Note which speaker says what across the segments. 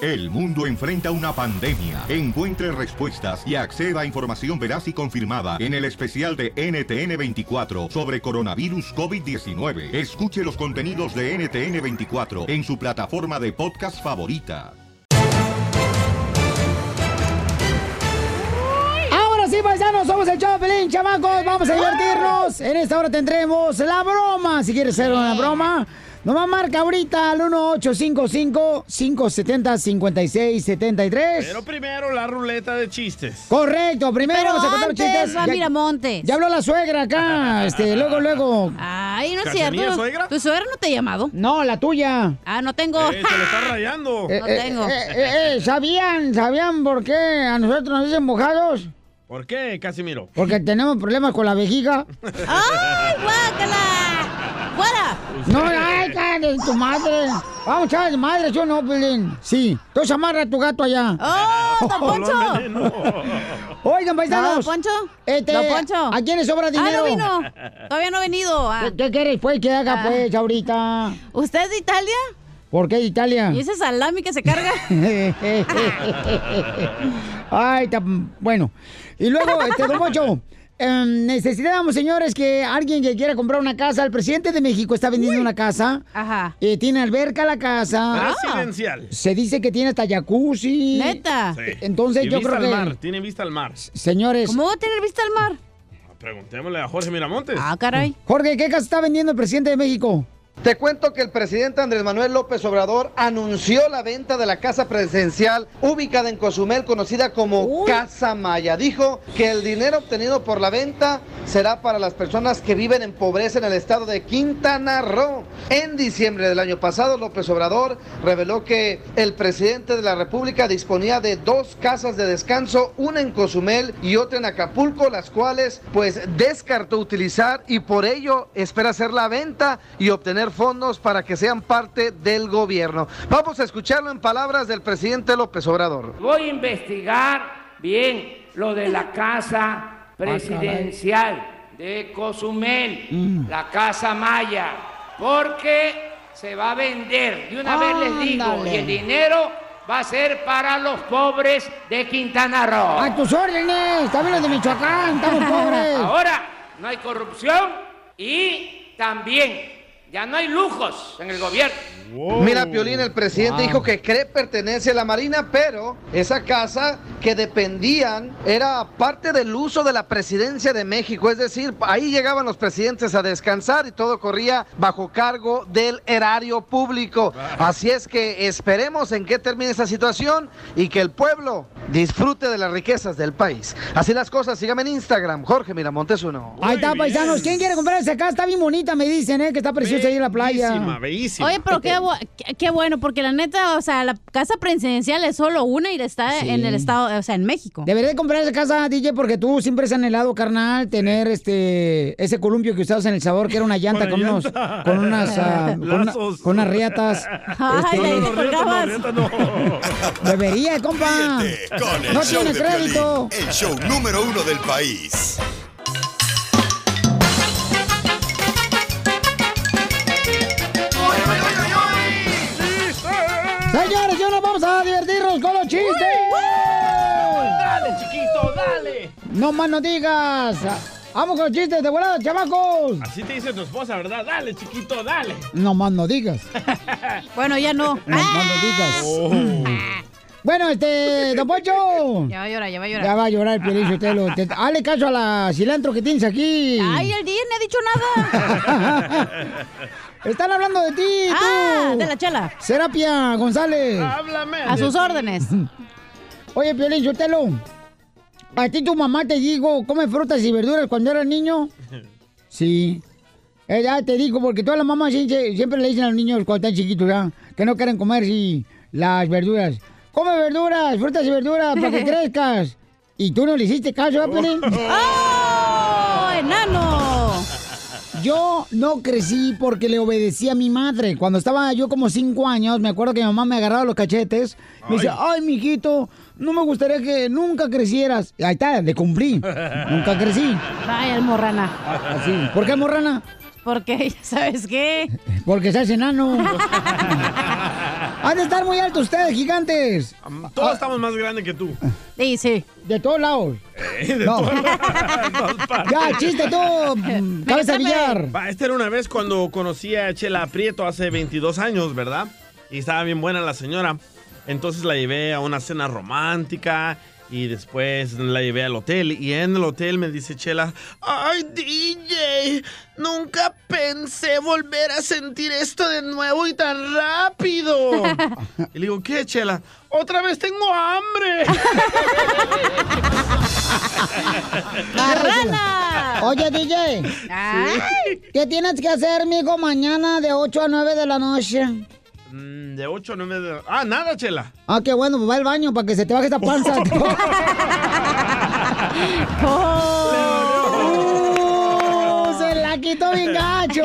Speaker 1: El mundo enfrenta una pandemia. Encuentre respuestas y acceda a información veraz y confirmada en el especial de NTN24 sobre coronavirus COVID-19. Escuche los contenidos de NTN24 en su plataforma de podcast favorita.
Speaker 2: Ahora sí, paisanos, somos el show de Pelín, chamacos. Vamos a divertirnos. En esta hora tendremos la broma. Si quieres hacer una broma, nomás marca ahorita al 1855-570-5673.
Speaker 3: Pero primero la ruleta de chistes.
Speaker 2: Correcto, primero
Speaker 3: Pero
Speaker 2: vamos a contar
Speaker 3: antes,
Speaker 2: chistes.
Speaker 3: va
Speaker 4: Miramontes.
Speaker 2: Ya habló la suegra acá, este, luego, luego.
Speaker 4: Ay, no es
Speaker 2: ¿Cachanilla,
Speaker 4: cierto.
Speaker 2: suegra?
Speaker 4: ¿Tu suegra no te ha llamado?
Speaker 2: No, la tuya.
Speaker 4: Ah, no tengo.
Speaker 2: Eh, se le está
Speaker 4: rayando.
Speaker 2: Eh,
Speaker 4: no
Speaker 2: eh,
Speaker 4: tengo.
Speaker 2: eh, eh, eh, ¿Sabían, sabían por qué a nosotros nos dicen mojados?
Speaker 3: ¿Por qué, Casimiro?
Speaker 2: Porque tenemos problemas con la vejiga.
Speaker 4: ¡Ay, guácala! ¡Fuera!
Speaker 2: No, ay, cara, tu madre. Vamos, a de madre, yo no, Pelín. Sí, entonces amarra a tu gato allá. ¡Ah,
Speaker 4: ¡Oh, don Poncho!
Speaker 2: Oigan, paisanos.
Speaker 4: No, Poncho.
Speaker 2: Este,
Speaker 4: Don Poncho.
Speaker 2: ¿A quién le sobra dinero?
Speaker 4: Ah, no vino. Todavía no ha venido. Ah.
Speaker 2: ¿Qué, qué quieres, pues, que
Speaker 4: Ah.
Speaker 2: haga, pues, ahorita?
Speaker 4: ¿Usted es de Italia?
Speaker 2: ¿Por qué de Italia?
Speaker 4: ¿Y ese salami que se carga?
Speaker 2: Ay, está- bueno. Y luego, este, Don Poncho, em, necesitamos, señores, que alguien que quiera comprar una casa. El presidente de México está vendiendo una casa.
Speaker 4: Ajá.
Speaker 2: Eh, tiene alberca la casa.
Speaker 3: Presidencial.
Speaker 2: Se dice que tiene hasta jacuzzi. E,
Speaker 3: Sí.
Speaker 2: eh, Entonces
Speaker 3: Y
Speaker 2: yo
Speaker 3: vista
Speaker 2: creo que.
Speaker 3: al mar, tiene vista al mar.
Speaker 2: Señores.
Speaker 4: ¿Cómo va a tener vista al mar?
Speaker 3: Preguntémosle a Jorge Miramontes.
Speaker 4: Ah,
Speaker 2: Jorge, ¿qué casa está vendiendo el presidente de México?
Speaker 5: Te cuento que el presidente Andrés Manuel López Obrador anunció la venta de la casa presidencial ubicada en Cozumel, conocida como Casa Maya. Dijo que el dinero obtenido por la venta será para las personas que viven en pobreza en el estado de Quintana Roo. En diciembre del año pasado, López Obrador reveló que el presidente de la República disponía de dos casas de descanso, una en Cozumel y otra en Acapulco, las cuales pues descartó utilizar y por ello espera hacer la venta y obtener fondos para que sean parte del gobierno. Vamos a escucharlo en palabras del presidente López Obrador.
Speaker 6: Voy a investigar bien lo de la casa presidencial de Cozumel,
Speaker 7: Mm.
Speaker 6: la casa Maya, porque se va a vender. De una vez les digo,
Speaker 7: Ándale.
Speaker 6: y el dinero va a ser para los pobres de Quintana Roo.
Speaker 7: Ah,
Speaker 2: A tus órdenes, también los de Michoacán, estamos pobres.
Speaker 6: Ahora no hay corrupción y también ya no hay lujos en el gobierno.
Speaker 5: Mira, Piolín, el presidente
Speaker 6: Wow.
Speaker 5: dijo que cree pertenece a la Marina, pero esa casa que dependían era parte del uso de la presidencia de México. Es decir, ahí llegaban los presidentes a descansar y todo corría bajo cargo del erario público. Así es que esperemos en qué termine esta situación y que el pueblo disfrute de las riquezas del país. Así las cosas, síganme en Instagram, Jorge Miramontes uno.
Speaker 2: Ahí está, paisanos. ¿Quién quiere comprar esa casa? Está bien bonita, me dicen, ¿eh? Que está preciosa ahí en la playa.
Speaker 3: bellísima.
Speaker 4: Oye, pero qué, bu- qué- qué bueno, porque la neta, o sea, la casa presidencial es solo una y está
Speaker 2: Sí.
Speaker 4: en el estado, o sea, en México.
Speaker 2: Deberías de comprar esa casa, DJ, porque tú siempre has anhelado, carnal, tener este ese columpio que usabas en El sabor que era una llanta con,
Speaker 7: Con la
Speaker 2: unos,
Speaker 7: llanta.
Speaker 2: con unas ah, con, una-
Speaker 7: Lazos.
Speaker 2: con unas riatas.
Speaker 7: Ay,
Speaker 2: Este,
Speaker 7: de ahí te No, no, colgabas. riata no,
Speaker 2: Debería, compa.
Speaker 8: Con el
Speaker 2: No
Speaker 8: show
Speaker 2: tiene
Speaker 8: de
Speaker 2: crédito.
Speaker 8: Piolín, el show número uno del país.
Speaker 2: Señores, yo nos vamos a divertirnos con los chistes.
Speaker 6: Dale, chiquito, dale.
Speaker 2: No más no digas. Vamos con los chistes de volada, chamacos.
Speaker 3: Así te dice tu esposa, ¿verdad? Dale, chiquito, dale.
Speaker 2: No más no digas.
Speaker 4: Bueno, ya no.
Speaker 2: No más no digas.
Speaker 3: Oh.
Speaker 2: Bueno, este, Don Pocho.
Speaker 4: Ya va a llorar, ya va a llorar.
Speaker 2: Ya va a llorar el Piolín Sotelo. Te- Hazle caso a la cilantro que tienes aquí.
Speaker 4: Ay, el E DJ no ha dicho nada.
Speaker 2: Están hablando de ti, tú.
Speaker 4: Ah, de la chela.
Speaker 2: Serapia González.
Speaker 3: Háblame.
Speaker 4: A sus órdenes.
Speaker 2: Oye, Piolín Sotelo. A ti tu mamá te digo, come frutas y verduras cuando eras niño. Sí. Eh, ya te digo, porque todas las mamás siempre, siempre le dicen a los niños cuando están chiquitos, ya, que no quieren comer sí, las verduras. Come verduras, frutas y verduras para que crezcas. Y tú no le hiciste caso, ¿eh, Piolín?
Speaker 4: ¡Oh, enano!
Speaker 2: Yo no crecí porque le obedecí a mi madre. Cuando estaba yo como cinco años, me acuerdo que mi mamá me agarraba los cachetes. Me dice, ay, mijito, no me gustaría que nunca crecieras. Y Ahí está, le cumplí. nunca crecí.
Speaker 4: Vaya, el morrana.
Speaker 2: Así. Ah, ¿Por qué, morrana?
Speaker 4: Porque, ¿sabes qué?
Speaker 2: Porque seas enano. Han de estar muy altos ustedes, gigantes.
Speaker 3: Todos estamos más grandes que tú.
Speaker 4: Sí, sí.
Speaker 2: De todos lados.
Speaker 3: Eh, de
Speaker 2: No.
Speaker 3: todas- de todas partes.
Speaker 2: Ya, chiste tú, mm, cabeza de billar.
Speaker 3: Va, esta era una vez cuando conocí a Chela Prieto hace 22 años, ¿verdad? Y estaba bien buena la señora. Entonces la llevé a una cena romántica y después la llevé al hotel. Y en el hotel me dice Chela, ¡Ay, DJ! Nunca pensé volver a sentir esto de nuevo y tan rápido. y le digo, ¿qué, Chela? ¡Otra vez tengo hambre!
Speaker 4: ¡Rana!
Speaker 2: Oye, DJ,
Speaker 4: Ay,
Speaker 2: ¿qué tienes que hacer, mijo, mañana de 8 a 9 de la noche?
Speaker 3: Mm, de 8 a 9 de... ¡Ah, nada, Chela!
Speaker 2: Ah, qué bueno, pues va al baño para que se te baje esta panza.
Speaker 4: Oh.
Speaker 2: ¡Uh! se la quitó bien gacho.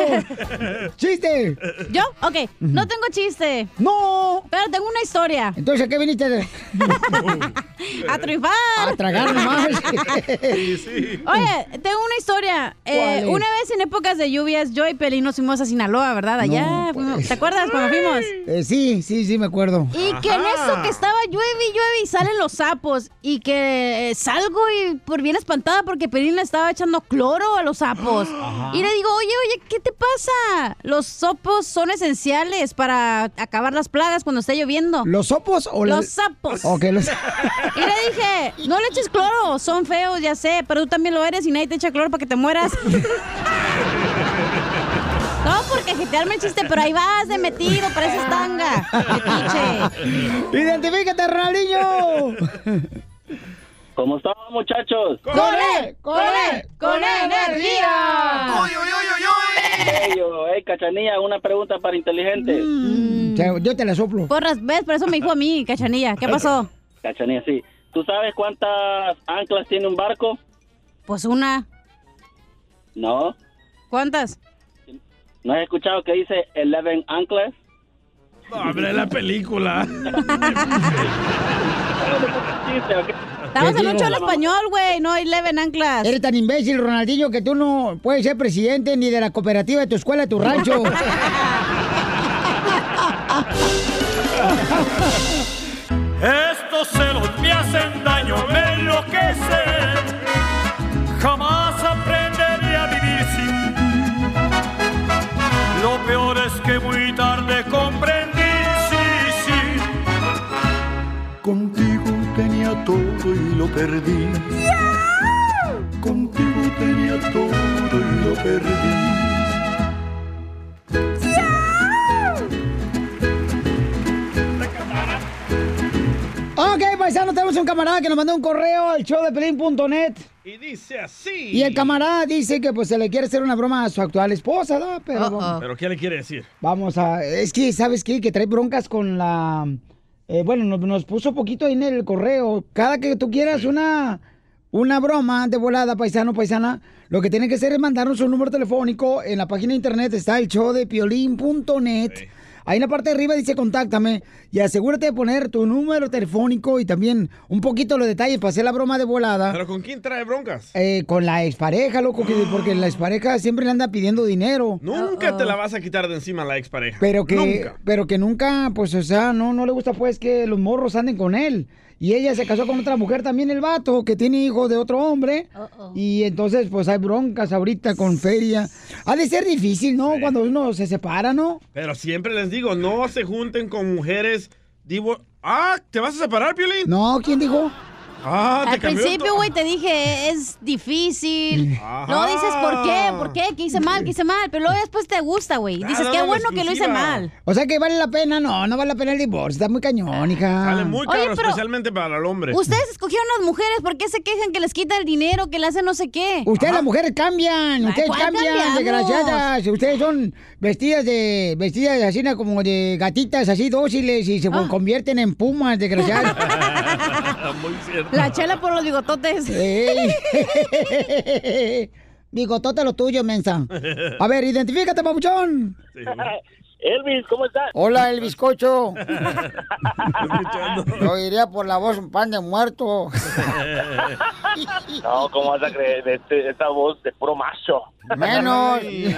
Speaker 2: Chiste.
Speaker 4: ¿Yo? Ok, no tengo chiste,
Speaker 2: No.
Speaker 4: pero tengo una historia.
Speaker 2: Entonces, ¿a qué viniste de-
Speaker 4: ¡A triunfar!
Speaker 2: a tragar nomás?
Speaker 4: Oye, tengo una historia. Eh,
Speaker 2: ¿Cuál es?
Speaker 4: una vez en épocas de lluvias, yo y Peli nos fuimos a Sinaloa, ¿verdad? Allá.
Speaker 2: No,
Speaker 4: fuimos-
Speaker 2: pues.
Speaker 4: ¿Te acuerdas cuando fuimos?
Speaker 2: Eh, sí, sí, sí, me acuerdo.
Speaker 4: Y que en
Speaker 3: Ajá.
Speaker 4: eso que estaba llueve y llueve y salen los sapos. Y que eh, salgo y por bien espantada porque Pelín le estaba echando cloro a los sapos. Y le digo, oye, oye, ¿qué te pasa? Los sapos son esenciales para acabar las plagas cuando esté lloviendo.
Speaker 2: ¿Los sopos o
Speaker 4: los
Speaker 2: los.?
Speaker 4: sapos.
Speaker 2: Ok, los.
Speaker 4: Y le dije, no le eches cloro, son feos, ya sé, pero tú también lo eres y nadie te echa cloro para que te mueras. No, porque jetearme el chiste, pero ahí vas de metido, pareces tanga. Metiche.
Speaker 2: ¡Identifícate, Ronaldinho!
Speaker 7: ¿Cómo estamos, muchachos?
Speaker 2: ¡Corre!
Speaker 4: ¡Corre! ¡Con energía!
Speaker 7: Ey, yo, ey, Cachanilla, una pregunta para inteligentes.
Speaker 2: Yo te la soplo.
Speaker 4: Porras, ves, por eso me dijo a mí, cachanilla. ¿Qué pasó?
Speaker 7: Cachanilla, sí. ¿Tú sabes cuántas anclas tiene un barco?
Speaker 4: Pues una.
Speaker 7: No.
Speaker 4: ¿Cuántas?
Speaker 7: ¿No has escuchado que dice 11 anclas?
Speaker 3: No, hombre, la película.
Speaker 7: Chiste, ¿o qué?
Speaker 4: Estamos en
Speaker 2: digo?
Speaker 4: un cholo español, güey, no hay leven anclas.
Speaker 2: Eres tan imbécil, Ronaldinho, que tú no puedes ser presidente ni de la cooperativa de tu escuela, de tu rancho.
Speaker 9: Estos celos me hacen daño, me enloquecen. Jamás aprenderé a vivir sin ti. Lo peor es que muy tarde comprendí, sí, sí. Contigo tenía todo y lo perdí. Contigo tenía todo y lo perdí.
Speaker 2: ok, paisano, tenemos un camarada que nos mandó un correo al show de pelín.net.
Speaker 3: Y dice así.
Speaker 2: Y el camarada dice que pues se le quiere hacer una broma a su actual esposa, ¿no? Pero
Speaker 4: Uh-oh.
Speaker 3: ¿Pero qué le quiere decir?
Speaker 2: vamos a... Es que, ¿sabes qué? Que trae broncas con la... eh, bueno, nos, nos puso poquito ahí en el correo. Cada que tú quieras una, una broma de volada, paisano, paisana, lo que tiene que hacer es mandarnos un número telefónico. En la página de internet está el show de piolín.net. Ahí en la parte de arriba dice contáctame y asegúrate de poner tu número telefónico y también un poquito los detalles para hacer la broma de volada.
Speaker 3: ¿Pero con quién trae broncas?
Speaker 2: Eh, con la expareja, loco, que- porque la expareja siempre le anda pidiendo dinero.
Speaker 3: Nunca te la vas a quitar de encima la expareja.
Speaker 2: Pero que,
Speaker 3: Nunca.
Speaker 2: pero que nunca, pues, o sea, no, no le gusta pues que los morros anden con él. Y ella se casó con otra mujer también, el vato, que tiene hijos de otro hombre.
Speaker 4: Uh-oh.
Speaker 2: Y entonces, pues, hay broncas ahorita con feria. Ha de ser difícil, ¿no? Cuando uno se separa, ¿no?
Speaker 3: Pero siempre les digo, no se junten con mujeres divo... ¡Ah! ¿Te vas a separar, Piolín?
Speaker 2: No, ¿quién dijo?
Speaker 3: Ah, te
Speaker 4: Al
Speaker 3: cambió
Speaker 4: principio,
Speaker 3: to-
Speaker 4: güey, te dije, es difícil.
Speaker 3: Ajá.
Speaker 4: No dices por qué, por qué, que hice mal, que hice mal. Pero luego después te gusta, güey.
Speaker 3: Ah,
Speaker 4: Dices,
Speaker 3: dame
Speaker 4: qué
Speaker 3: la
Speaker 4: bueno que lo hice
Speaker 3: exclusiva.
Speaker 4: mal.
Speaker 2: O sea, que vale la pena. No, no vale la pena el divorcio. Está muy cañón, hija.
Speaker 3: Eh, Sale
Speaker 4: Oye,
Speaker 3: muy caro,
Speaker 4: pero-
Speaker 3: especialmente para el hombre.
Speaker 4: Ustedes escogieron las mujeres, ¿por qué se quejan que les quita el dinero, que le hacen no sé qué?
Speaker 2: Ustedes las mujeres cambian,
Speaker 4: Ay,
Speaker 2: ustedes
Speaker 4: ¿cuál
Speaker 2: cambian,
Speaker 4: cambiamos?
Speaker 2: desgraciadas. Ustedes son vestidas de vestidas de así ¿no? como de gatitas así dóciles y se
Speaker 4: Ah.
Speaker 2: convierten en pumas, desgraciadas.
Speaker 3: Muy cierto.
Speaker 4: La chela por los bigototes.
Speaker 2: Ey. Bigotota lo tuyo, mensa. A ver, identifícate, papuchón.
Speaker 3: Sí,
Speaker 7: Elvis, ¿cómo estás?
Speaker 2: Hola, el bizcocho.
Speaker 3: escuchando.
Speaker 2: Lo diría por la voz un pan de muerto.
Speaker 7: No, ¿cómo vas a creer? Este- esta voz de puro macho.
Speaker 2: Menos. ¿Qué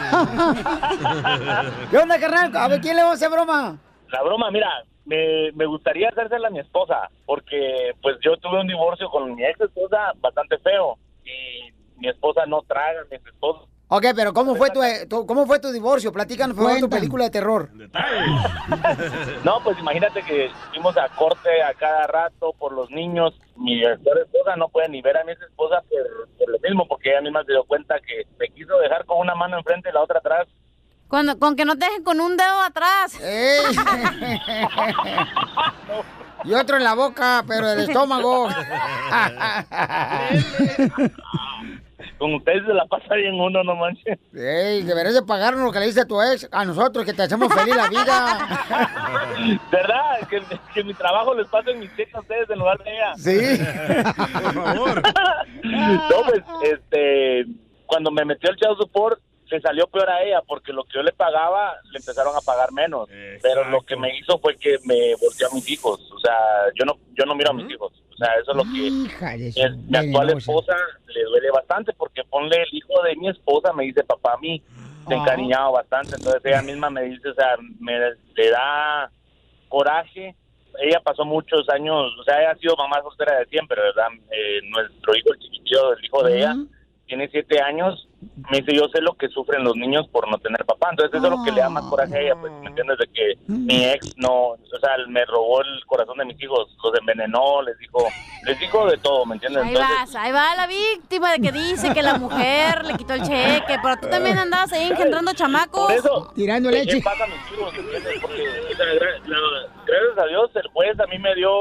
Speaker 2: onda, carnal? A ver, ¿quién le va a hacer broma?
Speaker 7: La broma, mira,
Speaker 10: me, me gustaría hacérsela a mi esposa, porque pues yo tuve un divorcio con mi ex esposa bastante feo y mi esposa no traga, mi ex esposa.
Speaker 11: Ok, pero ¿cómo fue tu,
Speaker 2: e-,
Speaker 11: eh, tu- cómo fue tu divorcio? Platícanos, fue tu película de terror.
Speaker 10: No, pues imagínate que fuimos a corte a cada rato por los niños. Mi actual esposa no puede ni ver a mi ex esposa por, por lo mismo, porque ella misma se dio cuenta que me quiso dejar con una mano enfrente y la otra atrás.
Speaker 4: Cuando, con que no te dejen con un dedo atrás.
Speaker 2: Y otro en la boca, Ah, pero del estómago.
Speaker 10: Con ustedes se la pasa bien uno, no manches.
Speaker 2: Ey, deberías de pagarnos lo que le diste a tu ex, a nosotros que te hacemos feliz la vida.
Speaker 10: ¿Verdad? Que, que mi trabajo les pase mis cheques a ustedes en lugar de ella.
Speaker 2: Sí.
Speaker 10: Por favor. No, pues, este, cuando me metió el child support, le salió peor a ella, porque lo que yo le pagaba, le empezaron a pagar menos. Pero lo que me hizo fue que me volteó a mis hijos. O sea, yo no, yo no miro a mis hijos. O sea, eso es lo que
Speaker 2: Hija de su
Speaker 10: es- Eh, mi actual
Speaker 2: venenosa.
Speaker 10: esposa le duele bastante, porque ponle el hijo de mi esposa, me dice papá a mí, se encariñaba bastante. Entonces ella misma me dice, o sea, me, le da coraje. Ella pasó muchos años, o sea, ella ha sido mamá soltera de siempre, ¿verdad? Eh, nuestro hijo, el chiquitillo, el hijo de ella, tiene siete años. Me dice, yo sé lo que sufren los niños por no tener papá. Entonces, eso es lo que le da más coraje a ella, pues, ¿me entiendes? De que mi ex no, o sea, me robó el corazón de mis hijos, los envenenó, les dijo, les dijo de todo, ¿me entiendes?
Speaker 4: Ahí
Speaker 10: Entonces,
Speaker 4: vas, ahí va la víctima de que dice que la mujer le quitó el cheque, pero tú también andabas ahí engendrando chamacos.
Speaker 10: Por eso,
Speaker 2: Tirando
Speaker 10: ¿qué- ¿Qué pasa, mis hijos? ¿Entiendes? Porque, o sea, gra- la- gracias a Dios, el juez a mí me dio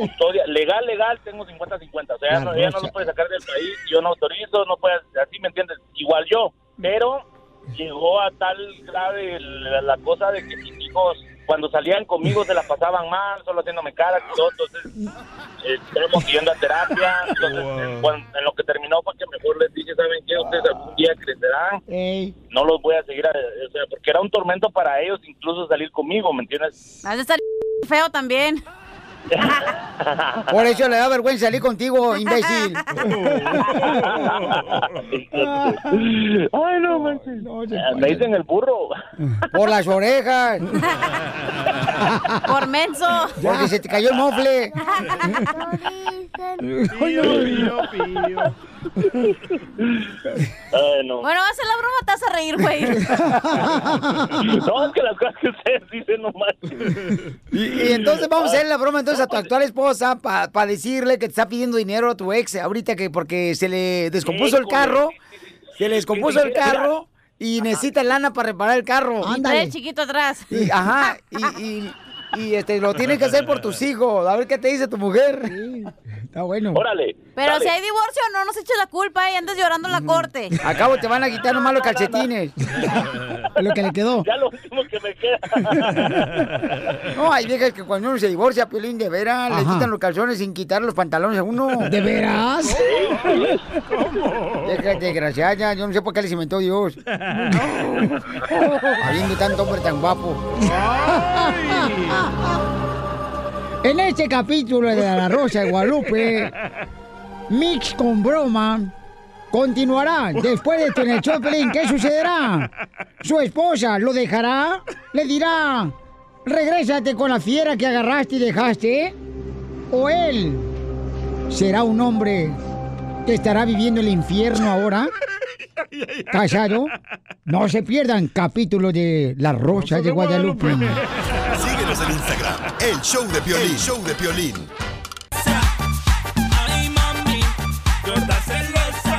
Speaker 10: custodia. Legal, legal, tengo 50-50. O sea,
Speaker 12: La
Speaker 10: no, ella no
Speaker 12: rocha.
Speaker 10: lo puede sacar del país, yo no autorizo, no puede, así me entiendes. Igual yo, pero llegó a tal grave la, la cosa de que mis hijos, cuando salían conmigo, se la pasaban mal, solo haciéndome caras y todo. Entonces, eh, estábamos yendo a terapia. Entonces, en cuan- en lo que terminó fue que mejor les dije, ¿saben qué? Ustedes algún día crecerán
Speaker 2: Ey.
Speaker 10: no los voy a seguir, a- o sea, porque era un tormento para ellos incluso salir conmigo, ¿me entiendes?
Speaker 4: Has de estar feo también.
Speaker 2: Por eso le da vergüenza salir contigo, imbécil.
Speaker 10: Ay, no, manches. Ah, me dicen el burro.
Speaker 2: Por las orejas.
Speaker 4: Por menso.
Speaker 2: Porque se te cayó el mofle.
Speaker 10: Ay, no.
Speaker 4: Bueno, va a ser la broma, te vas a reír, güey.
Speaker 10: No, es que las cosas que ustedes dicen no manches.
Speaker 11: Y entonces vamos a hacer la broma entonces a tu actual esposa para decirle que te está pidiendo dinero a tu ex ahorita que porque se le descompuso el
Speaker 4: Híjole.
Speaker 11: carro, se le descompuso el carro y necesita lana para reparar el carro.
Speaker 4: Y trae el chiquito atrás.
Speaker 11: Y, ajá, y, y- y, este, lo tienes que hacer por tus hijos. A ver qué te dice tu mujer.
Speaker 2: está bueno.
Speaker 10: Órale.
Speaker 4: Pero si hay divorcio, no nos eches la culpa y andas llorando en la corte.
Speaker 11: Acabo, te van a quitar nomás los calcetines.
Speaker 2: Lo que le quedó.
Speaker 10: Ya lo último que me queda.
Speaker 11: No, hay viejas que cuando uno se divorcia, Piolín, de veras, le
Speaker 2: Ajá.
Speaker 11: quitan los calzones sin quitar los pantalones a uno.
Speaker 2: ¿De veras?
Speaker 11: Viejas desgraciadas, yo no sé por qué les inventó Dios. Habiendo tanto hombre tan guapo.
Speaker 2: En este capítulo de La Rosa de Guadalupe, Mix con broma continuará después de esto en el show, Pelín. ¿Qué sucederá? ¿Su esposa lo dejará? ¿Le dirá, regrésate con la fiera que agarraste y dejaste? ¿O él será un hombre que estará viviendo el infierno ahora? ¿Casado? No se pierdan capítulo de La Rosa de Guadalupe.
Speaker 8: Síguenos en Instagram, el show de Piolín, El show de Piolín.
Speaker 9: Tú estás celosa,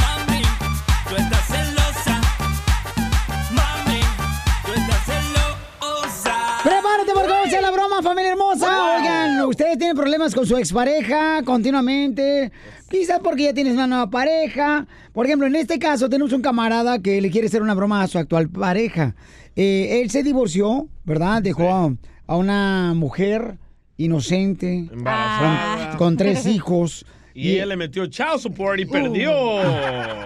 Speaker 9: mami, tú estás celosa, mami, tú estás celosa.
Speaker 2: Prepárate porque vamos a hacer la broma, familia hermosa.
Speaker 9: Wow.
Speaker 2: Oigan, ustedes tienen problemas con su expareja continuamente. Quizás porque ya tienes una nueva pareja. Por ejemplo, en este caso tenemos un camarada que le quiere hacer una broma a su actual pareja. Eh, él se divorció, ¿verdad? Dejó a- a, una mujer inocente.
Speaker 3: Embarazada.
Speaker 2: Con, con tres hijos.
Speaker 3: Y, ella le metió child support y perdió.
Speaker 2: Uh.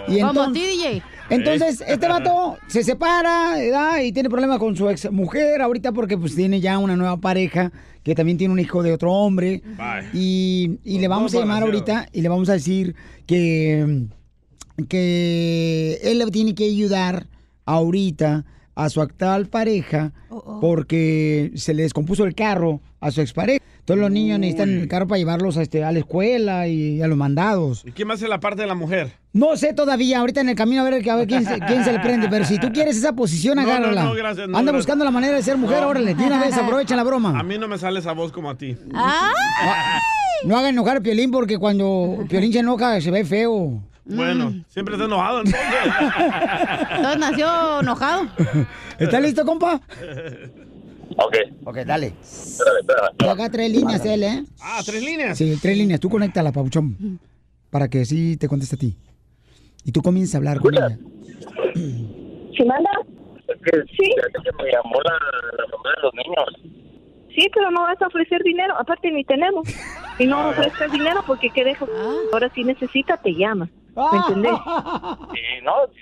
Speaker 2: Y
Speaker 4: Como
Speaker 2: enton-
Speaker 4: ti, DJ.
Speaker 2: Entonces, este vato se separa ¿verdad? y tiene problemas con su ex mujer ahorita porque pues tiene ya una nueva pareja que también tiene un hijo de otro hombre.
Speaker 9: Bye.
Speaker 2: Y, y
Speaker 4: Pues,
Speaker 2: le vamos a
Speaker 9: dos
Speaker 2: llamar
Speaker 9: balanceados.
Speaker 2: ahorita y le vamos a decir que, que él le tiene que ayudar ahorita a su actual pareja porque se le descompuso el carro a su expareja. Entonces los niños necesitan el carro para llevarlos a, este, a la escuela y a los mandados.
Speaker 3: ¿Y quién más hace la parte de la mujer?
Speaker 2: No sé todavía, ahorita en el camino a ver, que- a ver quién, se, quién se le prende, pero si tú quieres esa posición,
Speaker 3: No, no,
Speaker 2: agárrala.
Speaker 3: no, gracias, no,
Speaker 2: Anda
Speaker 3: gracias.
Speaker 2: buscando la manera de ser mujer,
Speaker 3: No.
Speaker 2: órale, de una vez aprovecha la broma.
Speaker 3: A mí no me sale esa voz como a ti.
Speaker 4: Ah,
Speaker 2: No haga enojar a Piolín porque cuando Piolín se enoja se ve feo.
Speaker 3: Bueno,
Speaker 2: Mm.
Speaker 3: siempre está enojado entonces.
Speaker 4: Mm. Entonces nació enojado.
Speaker 2: ¿Está listo, compa?
Speaker 10: Ok.
Speaker 2: Ok, dale.
Speaker 10: Espérame, espérame.
Speaker 2: Y acá tres líneas él, ¿eh?
Speaker 3: Ah, tres líneas.
Speaker 2: Sí, tres líneas. Tú conéctala,
Speaker 4: Mm.
Speaker 2: Pabuchón, para que sí te conteste a ti. Y tú comienzas a hablar con ella.
Speaker 12: ¿Sí manda?
Speaker 10: Sí. Me llamó la, la mamá de los niños.
Speaker 12: Sí, pero no vas a ofrecer dinero. Aparte, ni tenemos. Y no ofreces dinero porque ¿qué dejas? Ahora, si necesita, te llama. ¿Me entendés?
Speaker 10: Y no, sí,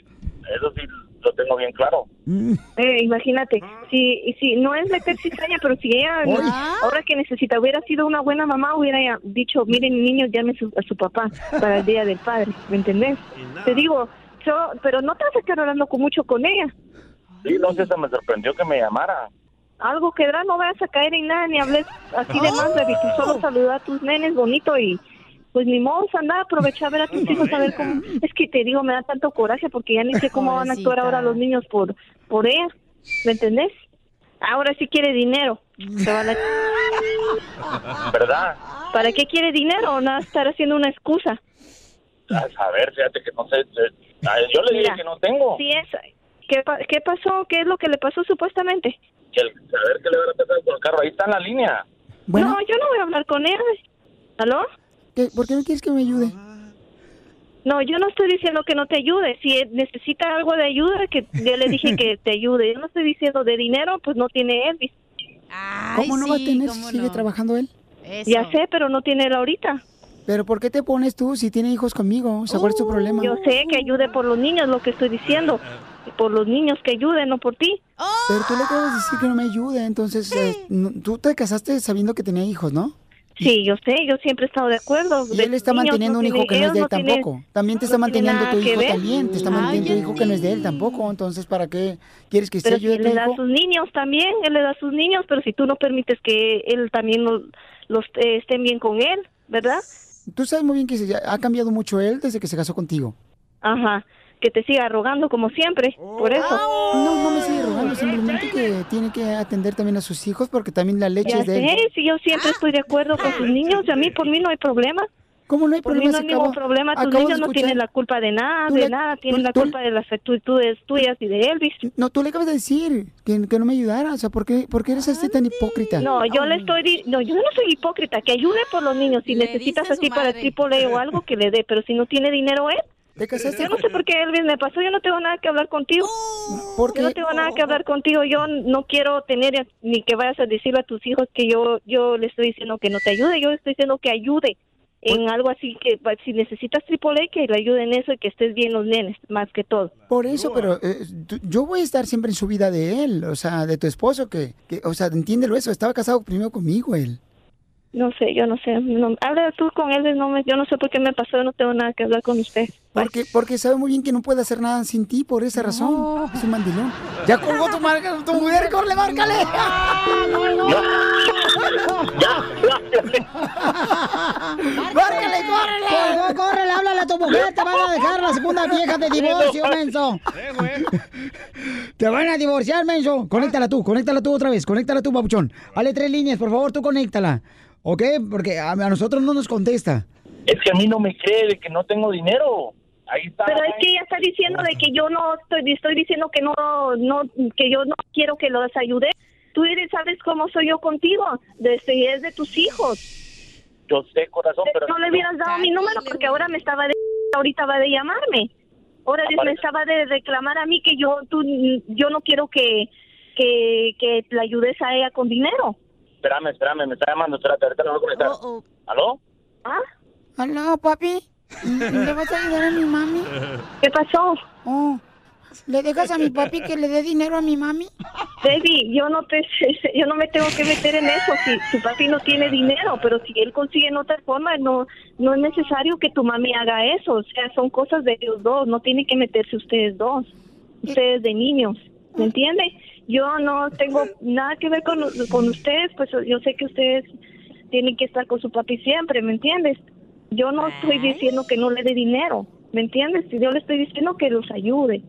Speaker 10: eso sí lo tengo bien claro.
Speaker 12: Eh, imagínate, si, y si no es meter cizaña, pero si ella, ahora que necesita, hubiera sido una buena mamá, hubiera ya dicho, miren niños, llamen su- a su papá para el Día del Padre, ¿me entendés? Te digo, yo, pero no te vas a estar hablando con mucho con ella.
Speaker 10: Sí, no sé, hasta me sorprendió que me llamara.
Speaker 12: Algo quedará, no vas a caer en nada, ni hables así de más, baby, tú solo saluda a tus nenes bonito y... Pues ni modo, anda, aprovecha a ver a tus hijos, a ver cómo... Es que te digo, me da tanto coraje porque ya ni sé cómo van a actuar ahora los niños por, por ella, ¿me entendés? Ahora sí quiere dinero. Se va a la-
Speaker 10: ¿Verdad?
Speaker 12: ¿Para qué quiere dinero? Nada, estar haciendo una excusa.
Speaker 10: A saber, fíjate que no sé. eh, a- Yo le dije
Speaker 12: Mira,
Speaker 10: que no tengo.
Speaker 12: Sí, es. ¿Qué, pa- ¿Qué pasó? ¿Qué es lo que le pasó supuestamente?
Speaker 10: Que el- a ver qué le van a pasar con el carro. Ahí está en la línea.
Speaker 12: No, yo no voy a hablar con él. ¿Aló?
Speaker 2: ¿Por qué no quieres que me ayude?
Speaker 12: No, yo no estoy diciendo que no te ayude. Si él necesita algo de ayuda, que yo le dije que te ayude. Yo no estoy diciendo de dinero, pues no tiene él.
Speaker 4: ¿Cómo no va a sí, tener si
Speaker 12: sigue
Speaker 2: trabajando él?
Speaker 12: Ya sé, pero no tiene él ahorita.
Speaker 2: Pero ¿por qué te pones tú si tiene hijos conmigo? O sea, ¿cuál es tu problema?
Speaker 12: Uh, Yo sé que ayude por los niños, lo que estoy diciendo. Por los niños que ayuden, no por ti.
Speaker 4: Oh.
Speaker 2: Pero tú le acabas de decir que no me ayude, entonces eh, no- tú te casaste sabiendo que tenía hijos, ¿no?
Speaker 12: Sí, yo sé, yo siempre he estado de acuerdo.
Speaker 2: Y
Speaker 12: De
Speaker 2: él está
Speaker 12: niños
Speaker 2: manteniendo un
Speaker 12: tiene-
Speaker 2: hijo que no es
Speaker 12: ellos
Speaker 2: de él
Speaker 12: tienen-
Speaker 2: tampoco. También te
Speaker 12: no
Speaker 2: está
Speaker 12: tiene
Speaker 2: manteniendo
Speaker 12: nada
Speaker 2: tu
Speaker 12: que
Speaker 2: hijo
Speaker 12: ver.
Speaker 2: también. Te está manteniendo tu hijo que no es de él tampoco. Entonces, ¿para qué quieres que esté
Speaker 12: Pero si
Speaker 2: ayude
Speaker 12: él
Speaker 2: a tu
Speaker 12: le da a
Speaker 2: hijo?
Speaker 12: sus niños también, él le da a sus niños, pero si tú no permites que él también lo- los eh, estén bien con él, ¿verdad?
Speaker 2: Tú sabes muy bien que se- ha cambiado mucho él desde que se casó contigo.
Speaker 12: Ajá, que te siga rogando como siempre, por eso.
Speaker 2: No, no me sigue rogando, simplemente que tiene que atender también a sus hijos porque también la leche
Speaker 12: Ya
Speaker 2: es de él.
Speaker 12: sé, si yo siempre estoy de acuerdo con sus niños, y a mí por mí no hay problema.
Speaker 2: ¿Cómo no hay
Speaker 12: por
Speaker 2: problema?
Speaker 12: mí
Speaker 2: Si
Speaker 12: no hay ningún
Speaker 2: acabo-
Speaker 12: problema, tus
Speaker 2: acabo de
Speaker 12: niños no
Speaker 2: escuchar-
Speaker 12: tienen la culpa de nada,
Speaker 2: Tú
Speaker 12: de
Speaker 2: le-
Speaker 12: nada, tienen
Speaker 2: tú-
Speaker 12: la
Speaker 2: tú-
Speaker 12: culpa de las actitudes tuyas y de Elvis.
Speaker 2: No, tú le acabas de decir que, que no me ayudara. O sea, ¿por qué, por qué eres este tan hipócrita?
Speaker 12: No, yo le estoy, di- no, yo no soy hipócrita, que ayude por los niños, si necesitas así para el triple o algo que le dé, pero si no tiene dinero él. Yo no sé por qué Elvis me pasó, yo no tengo nada que hablar contigo.
Speaker 2: Oh. Porque
Speaker 12: Yo no tengo nada que hablar contigo, yo no quiero tener ni que vayas a decirle a tus hijos que yo yo le estoy diciendo que no te ayude, yo le estoy diciendo que ayude en algo así que pa- si necesitas triple E, que le ayude en eso y que estés bien los nenes, más que todo.
Speaker 2: Por eso, pero eh, tú- yo voy a estar siempre en su vida de él, o sea, de tu esposo, que, que- o sea, entiéndelo eso, estaba casado primero conmigo él.
Speaker 12: No sé, yo no sé. No, habla tú con Elvis, no me, yo no sé por qué me pasó, no tengo nada que hablar con usted.
Speaker 2: Porque, porque sabe muy bien que no puede hacer nada sin ti, por esa razón. Es un mandilón. Ya colgó tu, marca, tu mujer, corre, márcale.
Speaker 9: ¡Córrele,
Speaker 2: córrele! Colgó, córrele, háblale a tu mujer, te van a dejar la segunda vieja de divorcio, menso. Te van a divorciar, menso. Conéctala tú, conéctala tú otra vez, conéctala tú, papuchón. Hale tres líneas, por favor, tú conéctala. ¿Ok? Porque a, a nosotros no nos contesta.
Speaker 10: Es que a mí no me cree de que no tengo dinero. Ahí está.
Speaker 12: Pero es que ella está diciendo de que yo no estoy, estoy diciendo que no, no, que yo no quiero que los ayude. Tú eres, sabes cómo soy yo contigo, desde es de tus hijos.
Speaker 10: Yo sé, corazón, pero.
Speaker 12: No le hubieras dado mi número porque ahora me estaba de, ahorita va de llamarme. Ahora me estaba de reclamar a mí que yo, tú, yo no quiero que, que, que la ayudes a ella con dinero.
Speaker 10: Espérame, espérame, me está llamando. Espérate, ahorita lo voy a conectar.
Speaker 12: Oh,
Speaker 10: ¿Aló?
Speaker 12: ¿Ah?
Speaker 2: Aló, papi. ¿Le vas a ayudar a mi mami?
Speaker 12: ¿Qué pasó?
Speaker 2: Oh, ¿le dejas a mi papi que le dé dinero a mi mami?
Speaker 12: Baby, yo no te, yo no me tengo que meter en eso si tu papi no tiene dinero, pero si él consigue en otra forma, no, no es necesario que tu mami haga
Speaker 2: Eh,
Speaker 12: eso. O sea, son cosas de ellos dos, no tienen que meterse ustedes dos, ustedes de niños. ¿me entiende? Yo no tengo nada que ver con, con ustedes, pues yo sé que ustedes tienen que estar con su papi siempre, ¿me entiendes? Yo no estoy diciendo que no le dé dinero, ¿me entiendes? Yo le estoy diciendo que los ayude,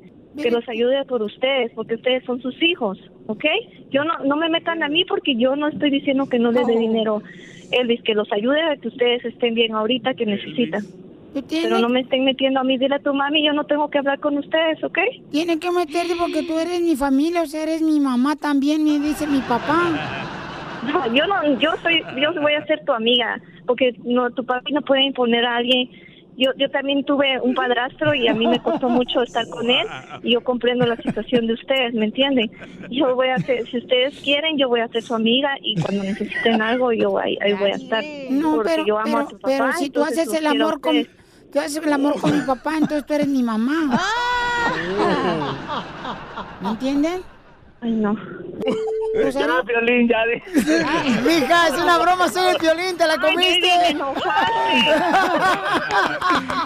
Speaker 12: que los ayude por ustedes, porque ustedes son sus hijos, ¿ok? Yo no, no me metan a mí porque yo no estoy diciendo que no le dé dinero. Elvis, que los ayude a que ustedes estén bien ahorita que necesitan. Pero no me estén metiendo a mí, dile a tu mami, yo no tengo que hablar con ustedes, ¿ok?
Speaker 2: Tiene que meterte porque tú eres mi familia, o sea, eres mi mamá también, me dice mi papá.
Speaker 12: No, yo no, yo soy, yo voy a ser tu amiga, porque no, tu papi no puede imponer a alguien. Yo, yo también tuve un padrastro y a mí me costó mucho estar con él y yo comprendo la situación de ustedes, ¿me entienden? Yo voy a ser, si ustedes quieren, yo voy a ser su amiga y cuando necesiten algo, yo ahí, ahí voy a estar.
Speaker 2: No,
Speaker 12: porque
Speaker 2: pero,
Speaker 12: yo amo
Speaker 2: pero,
Speaker 12: a tu papá.
Speaker 2: pero si tú
Speaker 12: entonces
Speaker 2: haces el
Speaker 12: los quiero a
Speaker 2: amor con,
Speaker 12: ustedes.
Speaker 2: tú haces el amor con mi papá, entonces tú eres mi mamá. ¿Me entienden?
Speaker 12: Ay, no.
Speaker 10: Pues
Speaker 2: Ya,
Speaker 7: Piolín, ya de...
Speaker 2: Mija, es una broma, soy el violín, te la comiste.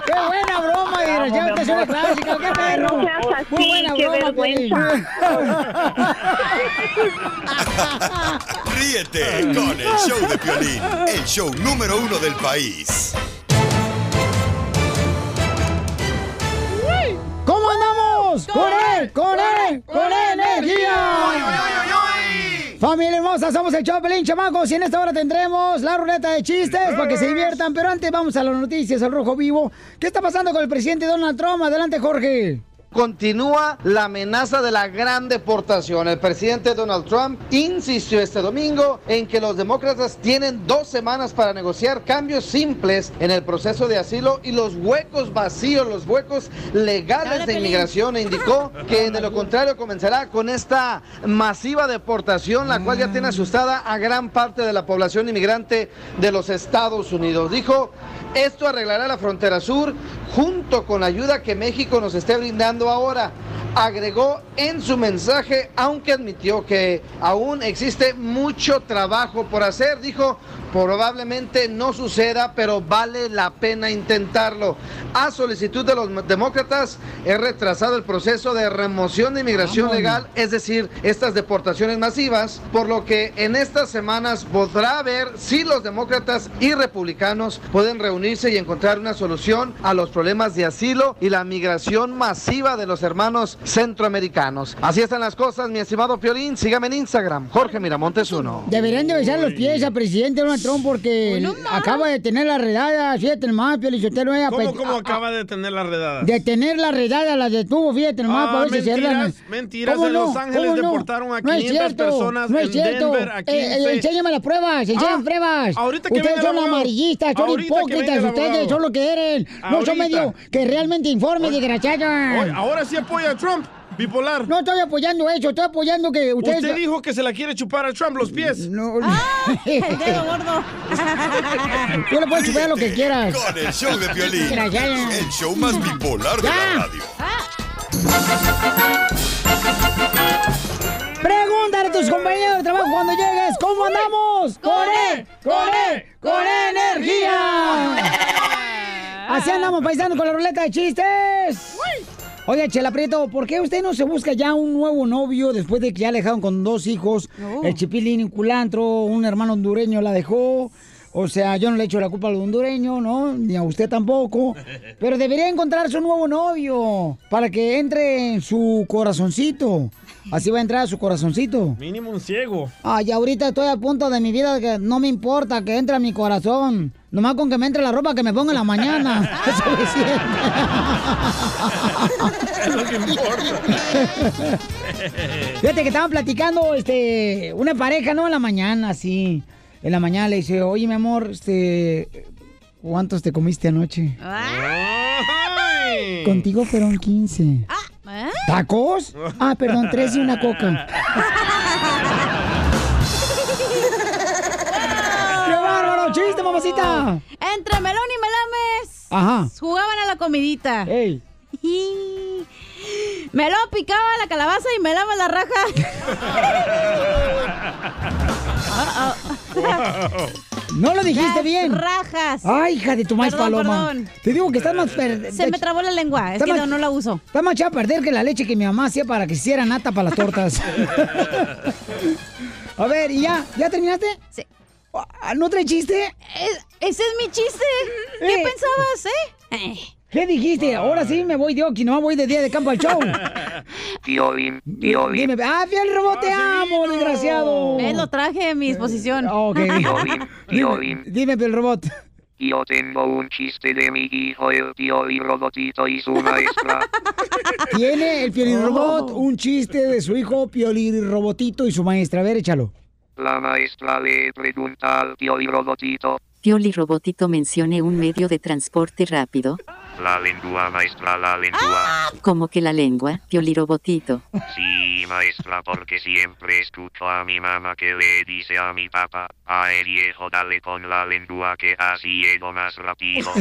Speaker 2: ¡Qué buena broma, desgraciado! ¡Te suena clásica! ¡Qué perro!
Speaker 12: No seas
Speaker 2: Muy
Speaker 12: así,
Speaker 2: buena
Speaker 12: qué
Speaker 2: broma, Piolín.
Speaker 8: Ríete con el show de Piolín, el show número uno del país.
Speaker 2: ¿Cómo andamos? ¡Con él! ¡Con él! ¡Con energía! Familia hermosa, somos el Chopelín, chamacos, y en esta hora tendremos la ruleta de chistes para que se diviertan. Pero antes vamos a las noticias, al rojo vivo. ¿Qué está pasando con el presidente Donald Trump? Adelante, Jorge.
Speaker 5: Continúa la amenaza de la gran deportación. El presidente Donald Trump insistió este domingo en que los demócratas tienen dos semanas para negociar cambios simples en el proceso de asilo y los huecos vacíos, los huecos legales de inmigración. E indicó que de lo contrario comenzará con esta masiva deportación, la cual ya tiene asustada a gran parte de la población inmigrante de los Estados Unidos. Dijo, esto arreglará la frontera sur junto con la ayuda que México nos esté brindando ahora. Agregó en su mensaje, aunque admitió que aún existe mucho trabajo por hacer, dijo, probablemente no suceda, pero vale la pena intentarlo. A solicitud de los demócratas, he retrasado el proceso de remoción de inmigración
Speaker 13: Vámonos.
Speaker 5: legal es decir, estas deportaciones masivas, por lo que en estas semanas podrá ver si los demócratas y republicanos pueden reunirse y encontrar una solución a los problemas de asilo y la migración masiva de los hermanos centroamericanos. Así están las cosas, mi estimado Piolín, sígame en Instagram, Jorge Miramontes 1.
Speaker 2: Deberían de besar los pies al presidente Donald Trump porque acaba de tener la redada. Fíjate nomás, Pielichotero. eh,
Speaker 3: ¿Cómo,
Speaker 2: apet-
Speaker 3: cómo
Speaker 2: a-
Speaker 3: acaba de tener la redada?
Speaker 2: De tener la redada, la detuvo, fíjate nomás,
Speaker 3: Ah,
Speaker 2: para ver si se
Speaker 3: mentiras,
Speaker 2: arreglan.
Speaker 3: mentiras,
Speaker 2: ¿Cómo
Speaker 3: en Los Ángeles
Speaker 2: ¿Cómo
Speaker 3: deportaron a
Speaker 2: No es
Speaker 3: 500
Speaker 2: cierto,
Speaker 3: personas,
Speaker 2: no es
Speaker 3: en
Speaker 2: cierto.
Speaker 3: Denver a
Speaker 2: Eh, eh,
Speaker 3: 15.
Speaker 2: enséñame las pruebas, enséñame
Speaker 3: Ah,
Speaker 2: pruebas.
Speaker 3: ahorita que
Speaker 2: ustedes
Speaker 3: venga el
Speaker 2: son
Speaker 3: abogado.
Speaker 2: amarillistas, son
Speaker 3: Ahorita que venga
Speaker 2: hipócritas,
Speaker 3: el
Speaker 2: ustedes
Speaker 3: abogado.
Speaker 2: son lo que eran. No
Speaker 3: Ahorita.
Speaker 2: son medio que realmente informe, desgraciada.
Speaker 3: Oye, ahora sí apoya a Trump, bipolar.
Speaker 2: No estoy apoyando eso, estoy apoyando que ustedes...
Speaker 3: Usted dijo que se la quiere chupar a Trump los pies.
Speaker 2: No. el dedo gordo. Tú le puedes chupar lo que quieras.
Speaker 8: Con el show de Piolín,
Speaker 2: Desgraciada.
Speaker 8: el show más bipolar de
Speaker 2: Ya.
Speaker 8: la radio.
Speaker 2: Pregúntale a tus compañeros de trabajo cuando llegues, ¿cómo andamos? ¡Con él! ¡Con él! ¡Con energía! Así andamos, paisanos, con la ruleta de chistes. Oiga, Chela Prieto, ¿por qué usted no se busca ya un nuevo novio después de que ya le dejaron con dos hijos?
Speaker 11: No.
Speaker 2: El chipilín y culantro, un hermano hondureño la dejó. O sea, yo no le echo la culpa al hondureño, ¿no? Ni a usted tampoco. Pero debería encontrar su nuevo novio para que entre en su corazoncito. Así va a entrar a su corazoncito.
Speaker 3: Mínimo un ciego.
Speaker 2: Ay, ahorita estoy a punto de mi vida que no me importa que entre a mi corazón. Nomás con que me entre la ropa que me ponga en la mañana. Es suficiente.
Speaker 9: Es lo que importa.
Speaker 2: Fíjate que estaban platicando este, una pareja, ¿no? En la mañana, sí. En la mañana le dice, oye, mi amor, este, ¿cuántos te comiste anoche?
Speaker 3: Ay.
Speaker 2: Contigo fueron 15.
Speaker 4: Ah, ¿eh?
Speaker 2: ¿Eh? ¿Tacos? Ah, perdón, tres y una coca. ¡Qué bárbaro! ¡Chiste, mamacita!
Speaker 4: Entre Melón y Melames
Speaker 2: Ajá.
Speaker 4: jugaban a la comidita.
Speaker 2: ¡Ey!
Speaker 4: Melón picaba la calabaza y Melames la raja.
Speaker 2: No lo dijiste
Speaker 4: Las
Speaker 2: bien.
Speaker 4: rajas.
Speaker 2: Ay, hija de tu maíz
Speaker 4: Perdón,
Speaker 2: paloma.
Speaker 4: perdón.
Speaker 2: Te digo que estás más per-
Speaker 4: Se me trabó la lengua, es
Speaker 2: Está
Speaker 4: que
Speaker 2: más-
Speaker 4: no, no la uso.
Speaker 2: Está más echada a perder que la leche que mi mamá hacía para que hiciera nata para las tortas. a ver, ¿y ya? ¿Ya terminaste? Ah,
Speaker 4: Sí.
Speaker 2: ¿No trae chiste?
Speaker 4: ese es mi chiste. ¿Qué pensabas, eh?
Speaker 2: ¿Qué dijiste? Ahora sí me voy de Oki, no voy de día de campo al show.
Speaker 9: Tío Bim, tío Bim.
Speaker 2: Dime, ah, fiel robot, te amo, desgraciado. Eh,
Speaker 4: Eh, lo traje a mi disposición.
Speaker 2: Ok.
Speaker 9: Tío Bim, tío Bim.
Speaker 2: Dime, el robot.
Speaker 9: Yo tengo un chiste de mi hijo, el tío Bim Robotito y su maestra.
Speaker 2: Tiene el Piolín Robot un chiste de su hijo Piolín Robotito y su maestra. A ver, échalo.
Speaker 9: La maestra le pregunta al tío Bim Robotito.
Speaker 13: Pioli Robotito mencione un medio de transporte rápido,
Speaker 9: La lengua, maestra, la lengua.
Speaker 13: como que la lengua, Pioli Robotito.
Speaker 9: Sí, maestra, porque siempre escucho a mi mamá que le dice a mi papá, a el viejo dale con la lengua que así llego más rápido.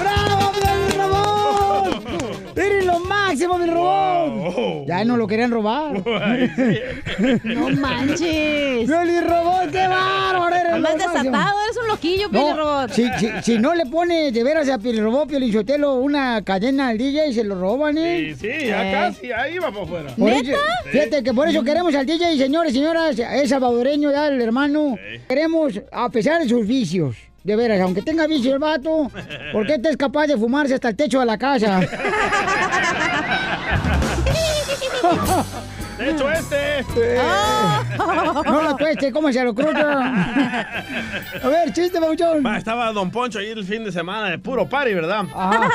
Speaker 2: ¡Bravo, Piolín Robot! ¡Eres lo máximo, mi robot! Ya no lo querían robar.
Speaker 4: No manches.
Speaker 2: Piolín Robot, qué bárbaro. Eres lo
Speaker 4: Más
Speaker 2: máximo.
Speaker 4: desatado, eres un loquillo, Piolín
Speaker 2: No,
Speaker 4: Robot.
Speaker 2: Si, si, si no le pone de veras a Piolín Robot, Piolín Sotelo, una cadena al DJ, se lo roban, ¿eh?
Speaker 3: Sí, ya
Speaker 2: Eh.
Speaker 3: casi, ahí vamos afuera.
Speaker 2: Por eso- fíjate que por eso queremos al DJ, señores, señoras, es salvadoreño ya el hermano. Queremos, a pesar de sus vicios, de veras, aunque tenga vicio el vato, porque este es capaz de fumarse hasta el techo de la casa.
Speaker 9: ¡De hecho este!
Speaker 2: No la tueste, ¿cómo se lo cruza? A ver, chiste, Pauchón.
Speaker 3: Va, estaba Don Poncho ahí el fin de semana de puro party, ¿verdad?
Speaker 2: Ajá.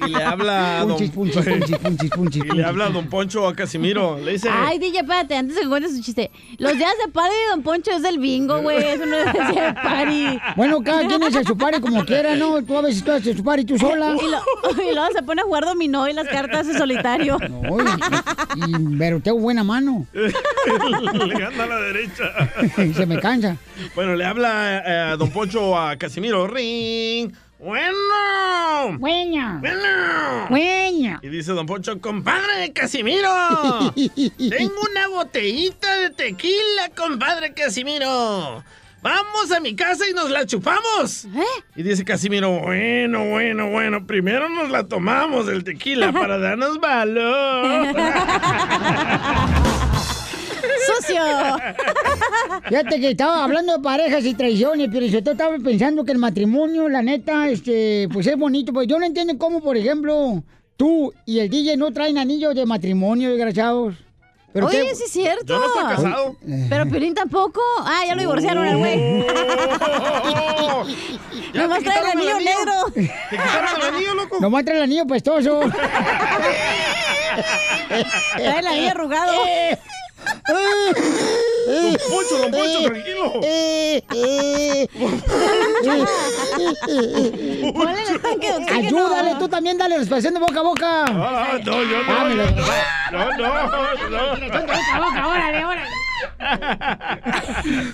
Speaker 3: Y, y le habla Don
Speaker 2: Punchis, punchis, punchis, punchis, punchis.
Speaker 3: Y le habla Don Poncho a Casimiro. Le dice.
Speaker 4: Ay, DJ, espérate, antes de que cuentes su chiste. Los días de party de Don Poncho es del bingo, güey. Eso no es el día de party.
Speaker 2: Bueno, cada quien hace su party como quiera, ¿no? Tú a veces tú haces su party tú sola.
Speaker 4: Y, lo- y luego se pone a jugar dominó y las cartas en solitario.
Speaker 2: No, y- y- pero tengo buena mano.
Speaker 3: le gana a la derecha.
Speaker 2: se me cansa.
Speaker 3: Bueno, le habla eh, a Don Poncho a Casimiro. Ring. Bueno.
Speaker 2: Buena.
Speaker 3: Bueno.
Speaker 2: Buena.
Speaker 3: Y dice Don Poncho, compadre de Casimiro. Tengo una botellita de tequila, compadre Casimiro. Vamos a mi casa y nos la chupamos. Y dice Casimiro, bueno, bueno, bueno, primero nos la tomamos el tequila para darnos valor.
Speaker 4: ¡Sucio!
Speaker 2: Fíjate que estaba hablando de parejas y traiciones, pero yo estaba pensando que el matrimonio, la neta, este, pues es bonito. Pues yo no entiendo cómo, por ejemplo, tú y el DJ no traen anillos de matrimonio, desgraciados.
Speaker 4: Oye,
Speaker 2: qué-
Speaker 4: sí es cierto.
Speaker 2: Yo no estoy casado.
Speaker 4: Pero Piolín tampoco. Ah, ya lo divorciaron al güey.
Speaker 3: Oh.
Speaker 2: Ya
Speaker 4: Nomás
Speaker 2: te
Speaker 4: trae el
Speaker 2: quitaron el
Speaker 4: anillo negro.
Speaker 3: ¿Te quitaron el anillo, loco?
Speaker 2: Nomás trae el anillo pestoso.
Speaker 4: Trae el anillo arrugado.
Speaker 2: Don
Speaker 3: Poncho, Don Poncho,
Speaker 2: tranquilo.
Speaker 4: Ponle el tanque de oxígeno.
Speaker 2: Ayúdale, tú también dale respiración de boca a boca.
Speaker 3: Ah, no, yo no.
Speaker 2: Ah, me lo-
Speaker 3: No, no,
Speaker 9: boca, órale,
Speaker 4: órale.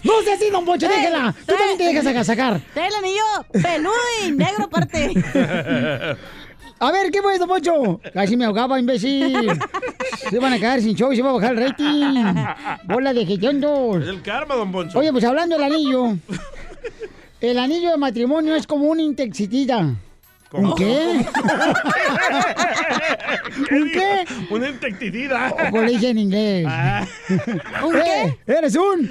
Speaker 2: No sé si, don Poncho, déjela. Tú también te dejas sacar, sacar.
Speaker 4: Trae el anillo peludo y negro aparte.
Speaker 2: A ver, ¿qué fue, don Poncho? Casi me ahogaba, imbécil. Se van a quedar sin show y se va a bajar el rating. Bola de
Speaker 3: Es
Speaker 2: getiondos.
Speaker 3: el karma, Don Poncho.
Speaker 2: Oye, pues hablando del anillo. El anillo de matrimonio es como una intexitita. ¿Un qué? ¿Un qué?
Speaker 3: Una intectidida.
Speaker 2: O como le dije en inglés.
Speaker 4: ¿Un Ah,
Speaker 2: Eh, ¿Eres un?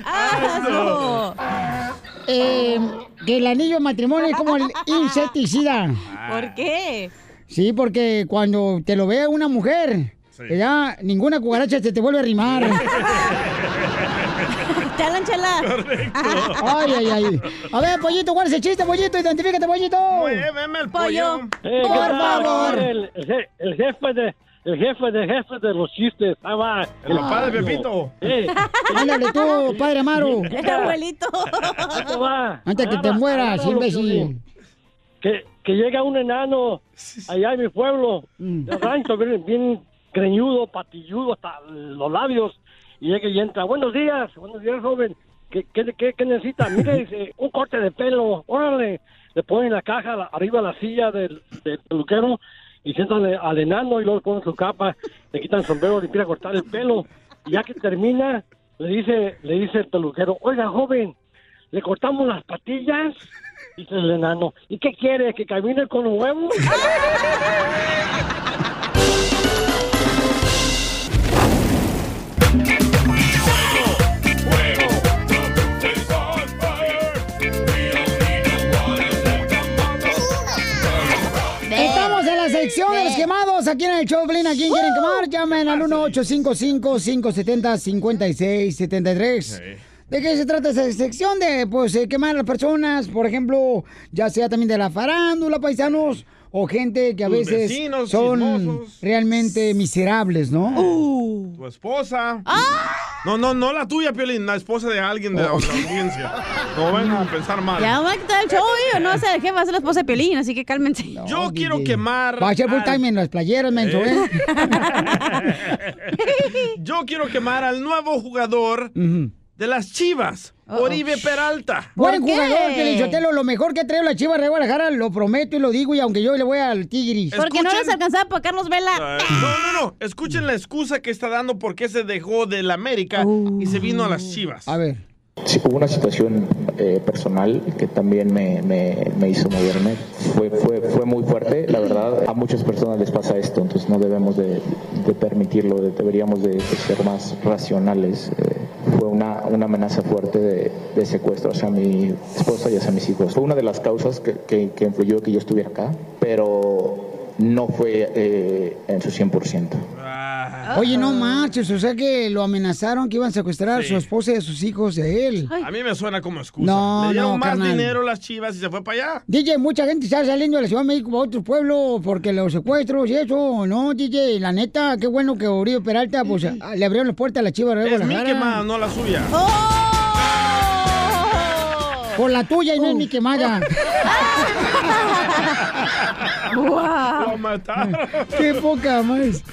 Speaker 4: no. Ah.
Speaker 2: Eh, que el anillo de matrimonio es como el insecticida.
Speaker 4: ¿Por qué?
Speaker 2: Sí, porque cuando te lo vea una mujer, ya ninguna cucaracha se te vuelve a rimar.
Speaker 4: Te hablan, chela.
Speaker 2: Ay, ay, ay. A ver, pollito, ¿cuál es el chiste, pollito? Identifícate, pollito.
Speaker 3: Muéveme el
Speaker 4: pollo.
Speaker 14: Eh, ¿qué
Speaker 2: Por
Speaker 14: tal?
Speaker 2: favor.
Speaker 14: El, el je- el jefe de... El jefe de jefe de los chistes. Ahí va.
Speaker 3: El papá de Pepito.
Speaker 14: Eh,
Speaker 2: Ándale tú, padre Amaro.
Speaker 14: El abuelito.
Speaker 2: Antes que te mueras, imbécil.
Speaker 14: que, que llega un enano allá en mi pueblo, de rancho, bien, bien greñudo, patilludo hasta los labios, y llega y entra, buenos días, buenos días, joven, ¿qué, qué, qué- qué necesita? Mire, dice, un corte de pelo, órale, le ponen la caja la- arriba la silla del, del peluquero, y sientan al enano, y luego le ponen su capa, le quitan el sombrero, le empiezan a cortar el pelo, Y ya que termina, le dice, le dice el peluquero, oiga, joven, le cortamos las patillas. Dice el enano, ¿y qué quiere? ¿Que camine con los huevos?
Speaker 2: Estamos en la sección de los quemados aquí en el show, Blin. ¿A quién quieren quemar? Llamen al 1-855-570-5673. ¿De qué se trata esa sección? De pues eh, quemar a las personas, por ejemplo, ya sea también de la farándula, paisanos, o gente que a
Speaker 3: Tus
Speaker 2: veces
Speaker 3: vecinos
Speaker 2: son
Speaker 3: chismosos. Uh.
Speaker 2: realmente miserables, ¿no?
Speaker 3: Tu esposa.
Speaker 2: ¡Ah!
Speaker 3: No, no, no la tuya, Piolín, la esposa de alguien
Speaker 2: Oh.
Speaker 3: de la audiencia. No vayan a pensar mal.
Speaker 4: Ya van a quitar el show, ¿eh? no sé, ¿qué va a ser la esposa de Pelín? Así que cálmense.
Speaker 3: Yo quiero quemar.
Speaker 2: Va a ser full
Speaker 3: al-
Speaker 2: time en las playeras, menso,
Speaker 3: Eh.
Speaker 2: ¿eh?
Speaker 3: Yo quiero quemar al nuevo jugador de las Chivas, Oribe Peralta.
Speaker 2: Buen jugador, Pelichotelo, lo mejor que ha traído la Chiva de Guadalajara, lo prometo y lo digo, y aunque yo le voy al Tigris.
Speaker 4: Porque no les alcanzaba para Carlos Vela.
Speaker 3: Eh, No, no, no. Escuchen la excusa que está dando por qué se dejó del América y se vino a las Chivas.
Speaker 2: Uh. A ver.
Speaker 15: Sí, hubo una situación eh, personal que también me, me- me hizo moverme. Fue, fue, fue muy fuerte, la verdad. A muchas personas les pasa esto, entonces no debemos de, de permitirlo, de- deberíamos de, de ser más racionales. Eh, fue una, una amenaza fuerte de, de secuestro hacia mi esposa y hacia mis hijos. Fue una de las causas que, que, que influyó que yo estuviera acá, pero no fue eh, en su 100%.
Speaker 2: Ah. Oye, no marches, o sea que lo amenazaron que iban a secuestrar a su esposa y a sus hijos de él.
Speaker 3: A mí me suena como excusa.
Speaker 2: No,
Speaker 3: Le dieron
Speaker 2: no,
Speaker 3: más
Speaker 2: carnal.
Speaker 3: dinero las Chivas y se fue para allá.
Speaker 2: DJ, mucha gente está saliendo de la Ciudad de México para otros pueblos porque los secuestros y eso, ¿no, DJ? La neta, qué bueno que Oribe Peralta pues, a- le abrieron las puertas a la Chiva de
Speaker 3: Es mi
Speaker 2: Guadalajara.
Speaker 3: quemada, no la suya.
Speaker 2: Oh. Por la tuya y no es mi quemada.
Speaker 3: Lo mataron.
Speaker 2: ¡Qué poca más!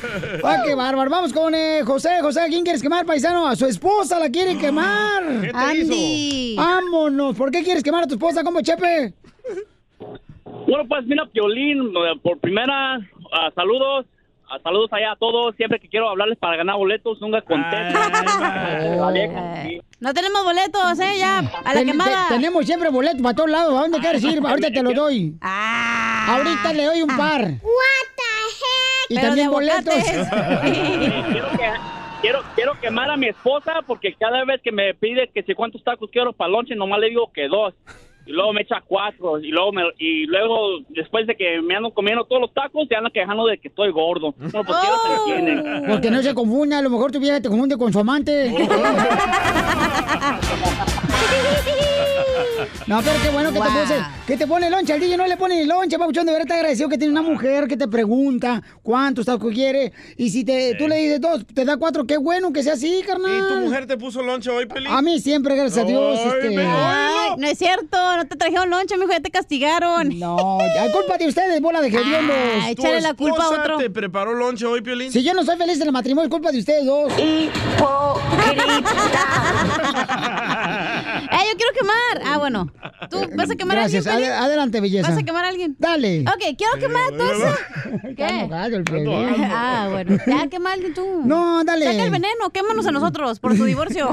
Speaker 2: ¡Ah, qué bárbaro! Vamos con eh, José. José, ¿a quién quieres quemar, paisano? A su esposa la quieren quemar.
Speaker 16: Ah. ¿Qué te Andy. hizo?
Speaker 2: ¡Vámonos! ¿Por qué quieres quemar a tu esposa, compa Chepe?
Speaker 16: Bueno, pues mira, Piolín, eh, por primera, ah, saludos. ah, saludos allá a todos. Siempre que quiero hablarles para ganar boletos, nunca contesto. La vieja, sí.
Speaker 4: No tenemos boletos, ¿eh? Ya, a la
Speaker 2: Ten-
Speaker 4: quemada.
Speaker 2: te- tenemos siempre boletos para todos lados. ¿A dónde quieres ir? Ahorita te lo doy.
Speaker 4: Ah.
Speaker 2: Ahorita le doy un par. What the heck? Y
Speaker 16: Pero
Speaker 2: también
Speaker 16: de
Speaker 2: boletos.
Speaker 16: quiero, que- quiero, quiero quemar a mi esposa porque cada vez que me pide que si cuántos tacos quiero para lonche, nomás le digo que dos. Y luego me echa cuatro. Y luego, me- y luego después de que me ando comiendo todos los tacos, se anda quejando de que estoy gordo. Bueno, pues, ¿qué no te
Speaker 4: Ah.
Speaker 16: detiene?
Speaker 2: Porque no se confunda, a lo mejor tu vieja te confunde con su amante.
Speaker 16: Oh.
Speaker 2: No, pero qué bueno que te
Speaker 16: Guau.
Speaker 2: puse. Que te pone loncha. Al DJ no le pone ni loncha, Pabuchón. De verdad te agradecido que tiene una mujer que te pregunta cuántos tacos quiere. Y si te, tú le dices dos, te da cuatro. Qué bueno que sea así, carnal.
Speaker 3: ¿Tu mujer te puso lonche hoy, Pelín?
Speaker 2: A mí siempre, gracias a Dios.
Speaker 3: Ay,
Speaker 2: este-
Speaker 3: me-
Speaker 4: Ay, no es cierto, no te trajeron lonche, mijo, ya te castigaron.
Speaker 2: No, ya culpa de ustedes, bola de
Speaker 4: gerión.
Speaker 2: hediondos.
Speaker 4: Ah, échale la culpa a
Speaker 3: esposa
Speaker 4: otro.
Speaker 3: te preparó lonche hoy, Piolín?
Speaker 2: Si yo no soy feliz en el matrimonio, es culpa de ustedes dos.
Speaker 4: Eh, yo quiero quemar. Ah, bueno. ¿Tú vas a quemar
Speaker 2: Eh, Gracias.
Speaker 4: a alguien?
Speaker 2: Ade- adelante, belleza.
Speaker 4: ¿Vas a quemar a alguien?
Speaker 2: Dale. Eh,
Speaker 4: Ok, quiero quemar a todos.
Speaker 2: Está enojado el
Speaker 4: ¿Qué?
Speaker 2: Piolín.
Speaker 4: Ah, bueno. Ya, quema a alguien tú.
Speaker 2: No, dale.
Speaker 4: Saca el veneno, quémanos a nosotros por tu divorcio.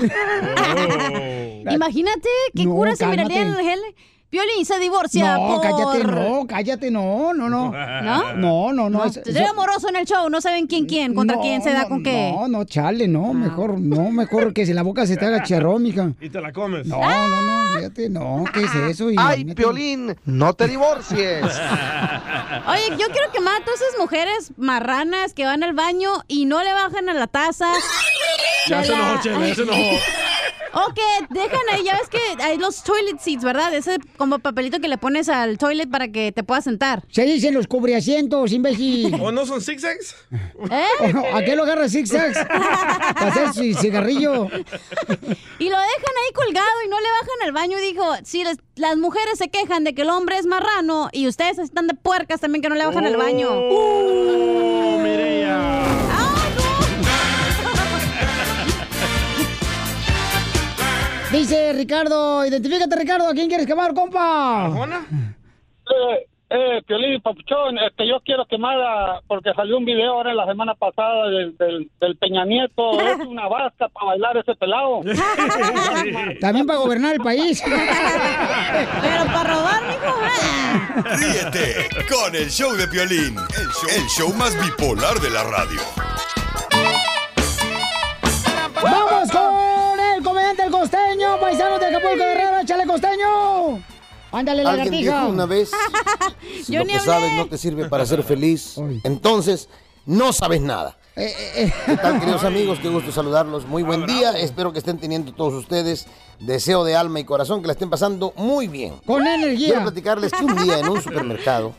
Speaker 4: Imagínate qué
Speaker 2: No,
Speaker 4: cura se
Speaker 2: cálmate.
Speaker 4: miraría en el gel. Piolín se divorcia
Speaker 2: No,
Speaker 4: por...
Speaker 2: cállate, no, cállate, no, no, no.
Speaker 4: ¿No?
Speaker 2: No, no, no. es-
Speaker 4: Estoy
Speaker 2: eso-
Speaker 4: amoroso en el show, no saben quién quién, contra
Speaker 2: No,
Speaker 4: quién se da
Speaker 2: no,
Speaker 4: con qué. Ah.
Speaker 2: No, no, chale, no, mejor, no, mejor que si la boca se te haga cherrón, mija.
Speaker 3: Y te la comes.
Speaker 2: No, no, no, fíjate, no, ¿qué es eso?
Speaker 5: Ay,
Speaker 2: Piolín, no te divorcies.
Speaker 4: Oye, yo quiero quemar a todas esas mujeres marranas que van al baño y no le bajan a la taza.
Speaker 16: Ya
Speaker 4: De
Speaker 16: se
Speaker 4: la-
Speaker 16: enojó, Chela, ya se enojó.
Speaker 4: O que dejan ahí, ya ves que hay los toilet seats, ¿verdad? Ese como papelito que le pones al toilet para que te puedas sentar.
Speaker 2: Se dicen los cubriasientos, imbécil.
Speaker 3: ¿O no son zigzags?
Speaker 2: ¿Eh? ¿A qué lo agarra zigzags? Para hacer su cigarrillo.
Speaker 4: Y lo dejan ahí colgado y no le bajan al baño. Y dijo, si les- las mujeres se quejan de que el hombre es marrano y ustedes están de puercas también que no le bajan al baño.
Speaker 2: Oh. Dice Ricardo, identifícate Ricardo, ¿a quién quieres quemar, compa?
Speaker 3: ¿Arjona?
Speaker 17: Eh, Eh, Piolín, Papuchón, este, yo quiero quemar a- porque salió un video ahora la semana pasada del, del, del Peña Nieto. Es una vasca para bailar ese pelado.
Speaker 2: También para gobernar el país.
Speaker 4: Pero para robar, mijo.
Speaker 8: Ríete con el show de Piolín, el show, el show más bipolar de la radio.
Speaker 2: ¡Vamos con el comediante el costeño! ¡Paisano de Acapulco Guerrero! ¡Échale costeño! ¡Ándale, la
Speaker 18: Alguien dijo una vez, si
Speaker 2: Yo
Speaker 18: lo
Speaker 2: ni
Speaker 18: que
Speaker 2: hablé.
Speaker 18: sabes no te sirve para ser feliz, entonces no sabes nada.
Speaker 2: Eh,
Speaker 18: ¿Qué tal, queridos amigos? Qué gusto saludarlos. Muy buen día. Espero que estén teniendo todos ustedes deseo de alma y corazón, que la estén pasando muy bien.
Speaker 2: Con energía.
Speaker 18: Quiero platicarles que un día en un supermercado,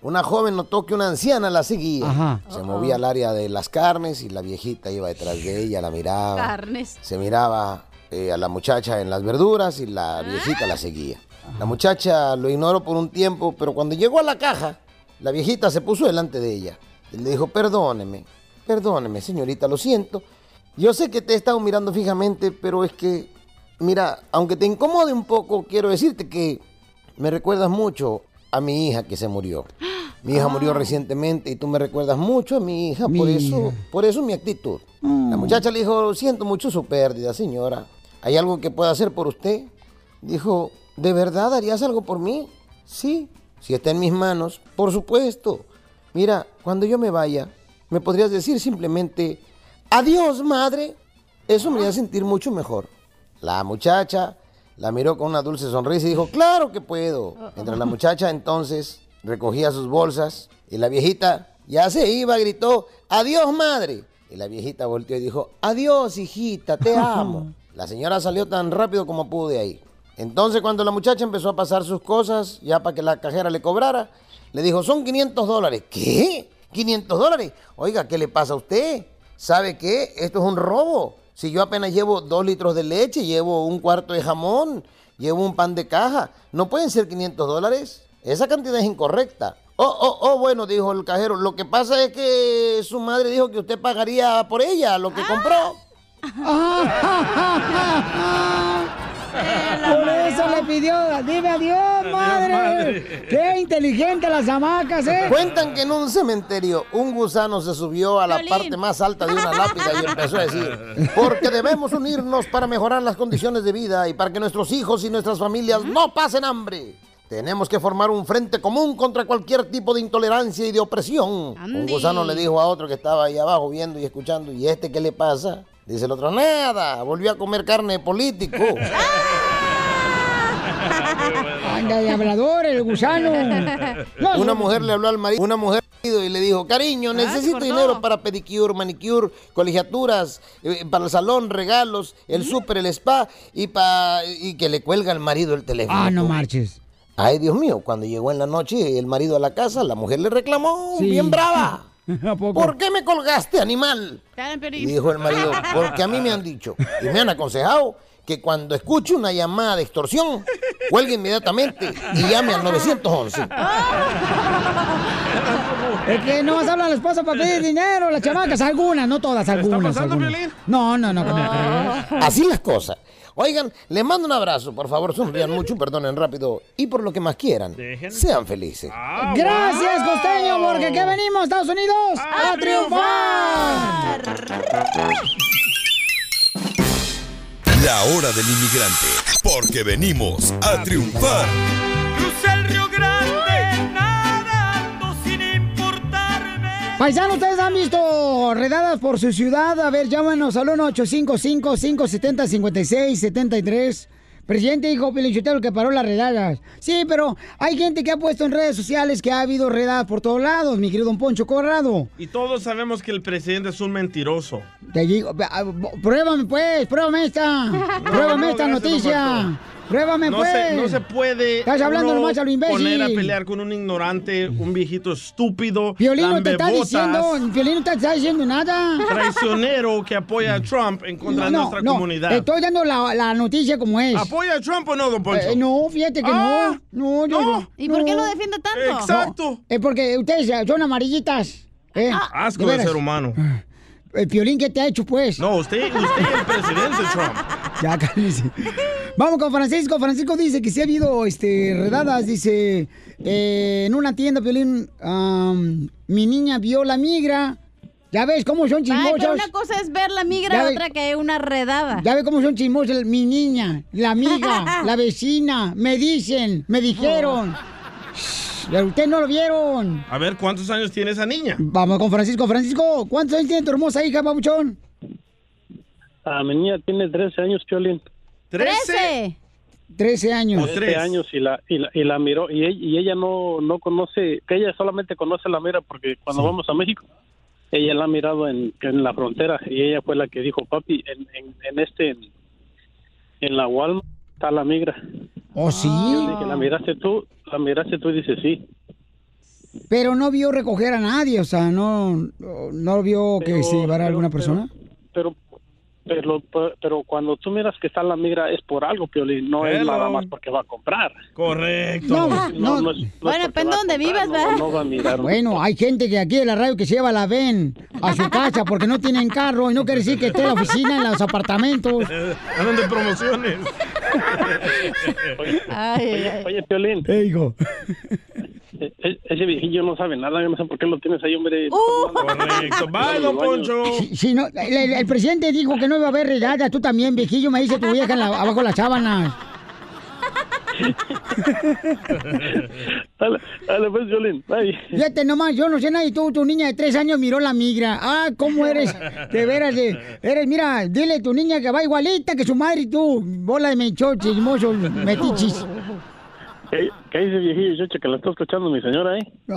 Speaker 18: una joven notó que una anciana la seguía. Se movía al área de las carnes y la viejita iba detrás de ella, la miraba.
Speaker 4: Carnes.
Speaker 18: Se miraba eh, a la muchacha en las verduras y la viejita la seguía. La muchacha lo ignoró por un tiempo, pero cuando llegó a la caja, la viejita se puso delante de ella. Y le dijo, perdóneme, perdóneme, señorita, lo siento. Yo sé que te he estado mirando fijamente, pero es que, mira, aunque te incomode un poco, quiero decirte que me recuerdas mucho a mi hija que se murió. Mi hija murió recientemente y tú me recuerdas mucho a mi hija, por
Speaker 19: Mi
Speaker 18: eso,
Speaker 19: hija.
Speaker 18: por eso mi actitud.
Speaker 2: Ah.
Speaker 18: La
Speaker 2: Mm.
Speaker 18: muchacha le dijo, siento mucho su pérdida, señora. ¿Hay algo que pueda hacer por usted? Dijo, ¿de verdad harías algo por mí? Sí, si está en mis manos, por supuesto. Mira, cuando yo me vaya, me podrías decir simplemente, adiós, madre. Eso me haría sentir mucho mejor. La muchacha la miró con una dulce sonrisa y dijo, claro que puedo. Mientras la muchacha entonces recogía sus bolsas y la viejita ya se iba, gritó, adiós, madre. Y la viejita volteó y dijo, adiós, hijita, te amo. La señora salió tan rápido como pudo de ahí. Entonces cuando la muchacha empezó a pasar sus cosas, ya para que la cajera le cobrara, le dijo, son 500 dólares. ¿Qué? ¿500 dólares? Oiga, ¿qué le pasa a usted? ¿Sabe qué? Esto es un robo. Si yo apenas llevo dos litros de leche, llevo un cuarto de jamón, llevo un pan de caja, no pueden ser 500 dólares. Esa cantidad es incorrecta. Oh, oh, oh, bueno, dijo el cajero. Lo que pasa es que su madre dijo que usted pagaría por ella lo que compró.
Speaker 2: Ah, Por eso le pidió, dime adiós, madre.
Speaker 18: ¡Qué inteligente las hamacas, eh! Cuentan que en un cementerio un gusano se subió a la parte más alta de una lápida y empezó a decir: Porque debemos unirnos para mejorar las condiciones de vida y para que nuestros hijos y nuestras familias no pasen hambre. Tenemos que formar un frente común contra cualquier tipo de intolerancia y de opresión. Un
Speaker 19: Andy.
Speaker 18: gusano le dijo a otro que estaba ahí abajo viendo y escuchando: ¿Y este qué le pasa? Dice el otro: Nada, volvió a comer carne de político.
Speaker 2: Anda de hablador, el gusano. No,
Speaker 18: una
Speaker 2: no.
Speaker 18: mujer le habló al marido, una mujer y le dijo, cariño, necesito dinero para pedicure, manicure, colegiaturas, eh, para el salón, regalos,
Speaker 2: ¿Mm?
Speaker 18: el súper, el spa y, pa- y que le cuelga al marido el teléfono.
Speaker 2: Ah, no marches.
Speaker 18: Ay, Dios mío, cuando llegó en la noche el marido a la casa, la mujer le reclamó,
Speaker 19: Sí.
Speaker 18: bien brava. ¿Por qué me colgaste, animal? Y dijo el marido, porque a mí me han dicho y me han aconsejado que cuando escuche una llamada de extorsión, cuelgue inmediatamente y llame al 911.
Speaker 2: Ah. Es que no vas a hablar a la esposa para pedir dinero, las chamacas, algunas, no todas, algunas.
Speaker 18: pasando,
Speaker 2: algunas. No, no, no.
Speaker 18: Así las cosas. Oigan, les mando un abrazo, por favor, sonrían mucho, perdonen rápido y por lo que más quieran, sean felices.
Speaker 2: Ah, Gracias, costeño, porque aquí venimos, Estados Unidos, a, triunfar.
Speaker 8: La hora del inmigrante, porque venimos a triunfar.
Speaker 19: Crucé el Río Grande nadando sin
Speaker 2: Paisano, ¿ustedes han visto redadas por su ciudad? A ver, llámanos al 1-855-570-5673. Presidente dijo Pelichotero que paró las redadas. Sí, pero hay gente que ha puesto en redes sociales que ha habido redadas por todos lados, mi querido don Poncho Corrado.
Speaker 3: Y todos sabemos que el presidente es un mentiroso.
Speaker 2: Te digo, ah, pruébame pues, pruébame esta, pruébame esta
Speaker 3: no, gracias, don
Speaker 2: noticia,
Speaker 3: Poncho.
Speaker 2: pruébame
Speaker 3: No
Speaker 2: pues.
Speaker 3: se, no se puede
Speaker 2: Estás hablando
Speaker 3: uno
Speaker 2: nomás a lo
Speaker 3: poner a
Speaker 2: imbécil.
Speaker 3: pelear con un ignorante, un viejito estúpido,
Speaker 2: Violín no te está
Speaker 3: lambebotas,
Speaker 2: diciendo, Violín no te está diciendo nada.
Speaker 3: traicionero que apoya a Trump en contra de nuestra comunidad.
Speaker 2: Estoy dando la, la noticia como es.
Speaker 3: ¿Apoya a Trump o no, don Poncho?
Speaker 2: Eh, no, fíjate que
Speaker 3: Ah,
Speaker 2: no. No, yo
Speaker 3: no.
Speaker 2: no.
Speaker 3: ¿Y por qué
Speaker 2: no.
Speaker 3: lo defiende tanto? Exacto. Ah.
Speaker 2: No, eh, porque ustedes eh, son amarillitas. eh,
Speaker 3: Asco de
Speaker 2: veras. Ah.
Speaker 3: ser humano.
Speaker 2: El Piolín, ¿qué te ha hecho, pues?
Speaker 3: No, usted, usted es el presidente Trump.
Speaker 2: Ya, cálmese. Vamos con Francisco. Francisco dice que sí ha habido este, redadas. Dice, eh, en una tienda, Piolín, am, mi niña vio la migra. Ya ves cómo son
Speaker 4: Ay, pero
Speaker 2: chismosos.
Speaker 4: una cosa es ver la migra,
Speaker 2: Ya
Speaker 4: la
Speaker 2: ve-
Speaker 4: otra que es una redada.
Speaker 2: Ya ves cómo son chismosos. Mi niña, la amiga, la vecina, me dicen, me dijeron.
Speaker 4: Oh.
Speaker 2: Shh, Ustedes no lo vieron.
Speaker 3: A ver, ¿cuántos años tiene esa niña?
Speaker 2: Vamos con Francisco. Francisco, ¿cuántos años tiene tu hermosa hija, babuchón?
Speaker 17: Ah, mi niña tiene 13 años, Piolín.
Speaker 2: ¡Trece! Trece años.
Speaker 17: 13 años y la, y la, y la miró. Y, ella- y ella no, no conoce, que ella solamente conoce la mira porque cuando vamos a México, ella la ha mirado en, en la frontera y ella fue la que dijo, papi, en, en, en este, en, en la Walmart está la migra.
Speaker 2: ¿Oh, sí?
Speaker 17: Le dije, ¿la miraste tú? La miraste tú y dice, sí.
Speaker 2: Pero no vio recoger a nadie, o sea, no, no vio que se llevara a alguna persona.
Speaker 17: Pero, ah, pero, pero cuando tú miras que está la migra es por algo, Piolín, no es
Speaker 3: Hello.
Speaker 17: nada más porque va a comprar.
Speaker 3: Correcto.
Speaker 2: No, no.
Speaker 17: es-
Speaker 4: Bueno,
Speaker 17: es porque
Speaker 4: depende
Speaker 17: va a
Speaker 4: dónde
Speaker 17: comprar,
Speaker 4: vivas,
Speaker 17: no-
Speaker 4: ¿verdad?
Speaker 17: no va a mirar.
Speaker 2: Bueno, hay gente que aquí de la radio que se lleva la ven a su casa porque no tienen carro y no quiere decir que esté en la oficina, en los apartamentos.
Speaker 3: Eh, Andan de promociones.
Speaker 17: Oye, oye, Piolín. E- e- Ese viejillo no sabe nada, yo no sé por qué lo tienes ahí, hombre.
Speaker 3: Correcto. Bye, don Poncho.
Speaker 2: Si- si no, el, el- el presidente dijo que no iba a haber regadas, tú también, viejillo, me dice tu vieja en la- abajo de las sábanas.
Speaker 17: Dale, dale, pues, Piolín. Bye.
Speaker 2: Fíjate nomás, yo no sé nada y tú, tu niña de tres años miró la migra. Ah, ¿cómo eres? De veras, de- eres, mira, dile a tu niña que va igualita que su madre y tú. Bola de menchoches, mozos, metichis.
Speaker 17: ¿Qué, qué dice viejillo? Yo que la está escuchando mi señora, ¿eh?
Speaker 3: Uy,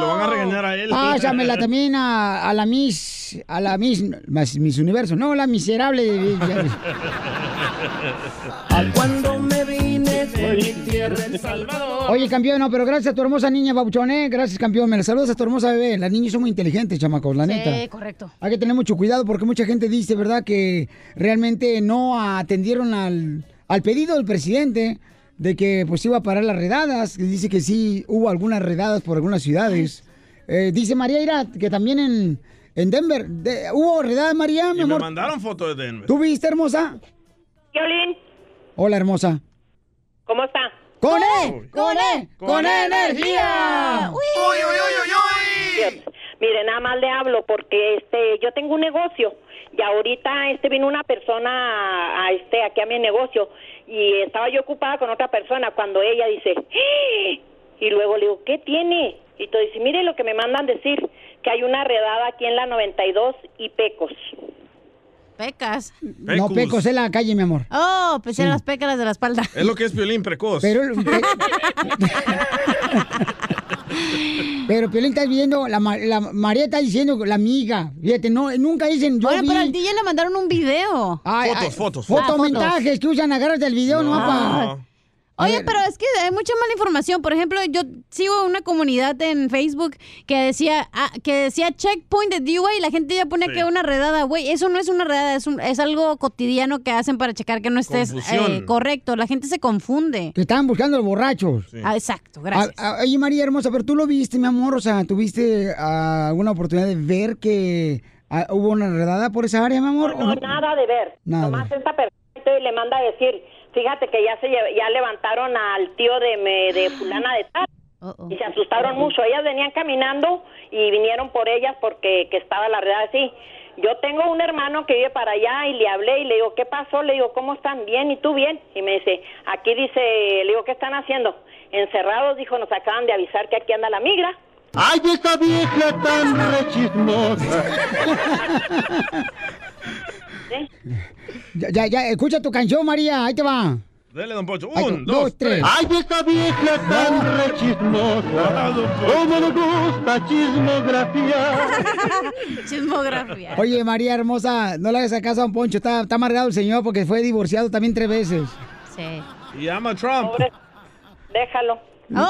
Speaker 3: lo van a regañar a él.
Speaker 2: Pásamela también a, a la Miss, a la Miss, más Miss Universo, no, la miserable. de-
Speaker 19: Cuando me vine de mi tierra El Salvador.
Speaker 2: Oye, campeón, no, pero gracias a tu hermosa niña, Babuchón, ¿eh? Gracias, campeón. Me la saludas a tu hermosa bebé. Las niñas son muy inteligentes, chamacos, la
Speaker 4: Sí,
Speaker 2: neta.
Speaker 4: correcto.
Speaker 2: Hay que tener mucho cuidado porque mucha gente dice, ¿verdad?, que realmente no atendieron al, al pedido del presidente de que pues iba a parar las redadas. que Dice que sí hubo algunas redadas por algunas ciudades. Eh, dice María Irat que también en, en Denver de- hubo redadas, María, mi
Speaker 3: Y me
Speaker 2: amor.
Speaker 3: mandaron foto de Denver.
Speaker 2: ¿Tú viste, hermosa? Hola, hermosa.
Speaker 20: ¿Cómo está?
Speaker 2: ¡Con E! ¡Con E! ¡Con E energía!
Speaker 20: Bien. Mire, nada más le hablo porque este, yo tengo un negocio y ahorita este vino una persona a, a, este aquí a mi negocio y estaba yo ocupada con otra persona cuando ella dice "¡Eh!", y luego le digo ¿qué tiene? Y tú dices mire lo que me mandan decir que hay una redada aquí en la 92 y Pecos.
Speaker 4: Pecas.
Speaker 2: No, Pecos es la calle, mi amor.
Speaker 4: Oh, pensé en
Speaker 2: Sí.
Speaker 4: las pécaras de la espalda.
Speaker 3: Es lo que es violín precoz.
Speaker 2: Pero, pero Piolín está viendo, la, ma- la María está diciendo la amiga. Fíjate, no, nunca dicen yo
Speaker 4: Bueno, pero
Speaker 2: vi-
Speaker 4: al DJ le mandaron un video.
Speaker 2: Ay, ay, Fotomentajes que usan, agarras del video,
Speaker 19: Ah.
Speaker 2: no,
Speaker 4: No. Oye, pero es que hay mucha mala información. Por ejemplo, yo sigo una comunidad en Facebook que decía ah, que decía checkpoint de DUI y la gente ya pone
Speaker 21: Sí.
Speaker 4: que es una redada, güey. Eso no es una redada, es, un- es algo cotidiano que hacen para checar que no estés
Speaker 2: Confusión.
Speaker 4: eh, correcto. La gente se confunde.
Speaker 2: Que estaban buscando a los borrachos.
Speaker 4: Ah, exacto, gracias.
Speaker 2: Ah, ah, oye, María hermosa, pero tú lo viste, mi amor. O sea, ¿tuviste ah, alguna oportunidad de ver que ah, hubo una redada por esa área, mi amor? ¿O
Speaker 20: No, nada de ver.
Speaker 2: Nada.
Speaker 20: Nomás esta persona y le manda a decir, fíjate que ya se lle- ya levantaron al tío de me, de fulana de tal. Y se asustaron mucho. Ellas venían caminando y vinieron por ellas porque que estaba la realidad así. Yo tengo un hermano que vive para allá y le hablé y le digo, ¿qué pasó? Le digo, ¿cómo están? Bien, ¿y tú bien? Y me dice, aquí dice, le digo, ¿qué están haciendo? Encerrados, dijo, nos acaban de avisar que aquí anda la migra.
Speaker 19: Ay, esta vieja tan rechismosa.
Speaker 2: Ya, ya, ya, escucha tu canción, María. Ahí te va.
Speaker 3: Dele, don Poncho.
Speaker 2: Ay,
Speaker 3: Un, dos, tres.
Speaker 19: Ay, esta vieja tan rechismosa.
Speaker 3: pues.
Speaker 19: ¿Cómo le gusta chismografía?
Speaker 4: Chismografía.
Speaker 2: Oye, María hermosa, no le hagas a casa a un poncho. Está, está amargado el señor porque fue divorciado también tres veces.
Speaker 4: Sí.
Speaker 3: Y ama a Trump.
Speaker 20: Déjalo.
Speaker 3: Oh.
Speaker 2: Mm.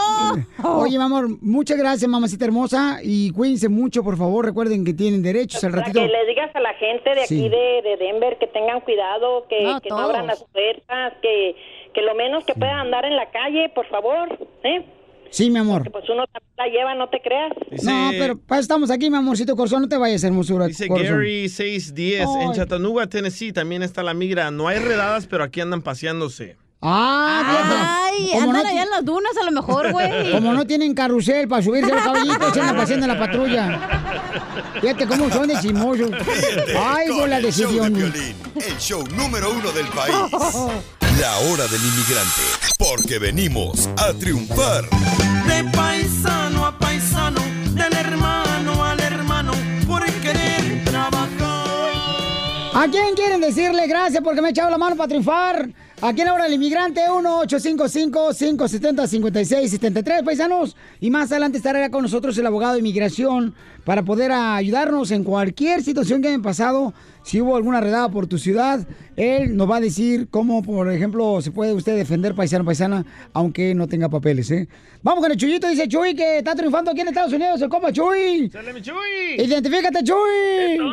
Speaker 2: Oye, mi amor, muchas gracias, mamacita hermosa. Y cuídense mucho, por favor. Recuerden que tienen derechos al ratito.
Speaker 20: Que le digas a la gente de
Speaker 2: Sí.
Speaker 20: aquí de, de Denver que tengan cuidado, que que
Speaker 2: No,
Speaker 20: no,
Speaker 2: todos.
Speaker 20: abran las puertas, que, que lo menos que puedan andar en la calle, por favor. ¿eh?
Speaker 2: Sí, mi amor.
Speaker 20: Pues uno también la lleva, no te creas.
Speaker 2: No, pero pa- estamos aquí, mi amorcito corazón. No te vayas, hermosura.
Speaker 3: Dice
Speaker 2: corazón.
Speaker 3: Gary 610, en
Speaker 2: Ay.
Speaker 3: Chattanooga, Tennessee, también está la migra. No hay redadas, pero aquí andan paseándose.
Speaker 2: Ah,
Speaker 4: Ay,
Speaker 2: Como
Speaker 4: andan
Speaker 2: no
Speaker 4: allá en las dunas a lo mejor, güey.
Speaker 2: Como no tienen carrusel para subirse al caballito, echan la pasión de la patrulla. Fíjate cómo son de chimosos.
Speaker 8: Ríete
Speaker 2: Ay,
Speaker 8: con
Speaker 2: bola
Speaker 8: el
Speaker 2: de
Speaker 8: show de
Speaker 2: sillón.
Speaker 8: Piolín, el show número uno del país. La hora del inmigrante, porque venimos a triunfar.
Speaker 19: De paisano a paisano, del hermano al hermano, por querer trabajar.
Speaker 2: ¿A quién quieren decirle gracias porque me ha echado la mano para triunfar? Aquí en la hora del inmigrante, 1-855-570-5673, paisanos. Y más adelante estará con nosotros el abogado de inmigración para poder ayudarnos en cualquier situación que haya pasado. Si hubo alguna redada por tu ciudad, él nos va a decir cómo, por ejemplo, se puede usted defender paisano paisana, aunque no tenga papeles, ¿eh? Vamos con el Chuyito, dice Chuy, que está triunfando aquí en Estados Unidos, el compa Chuy.
Speaker 3: ¡Sale mi Chuy!
Speaker 2: ¡Identifícate, Chuy!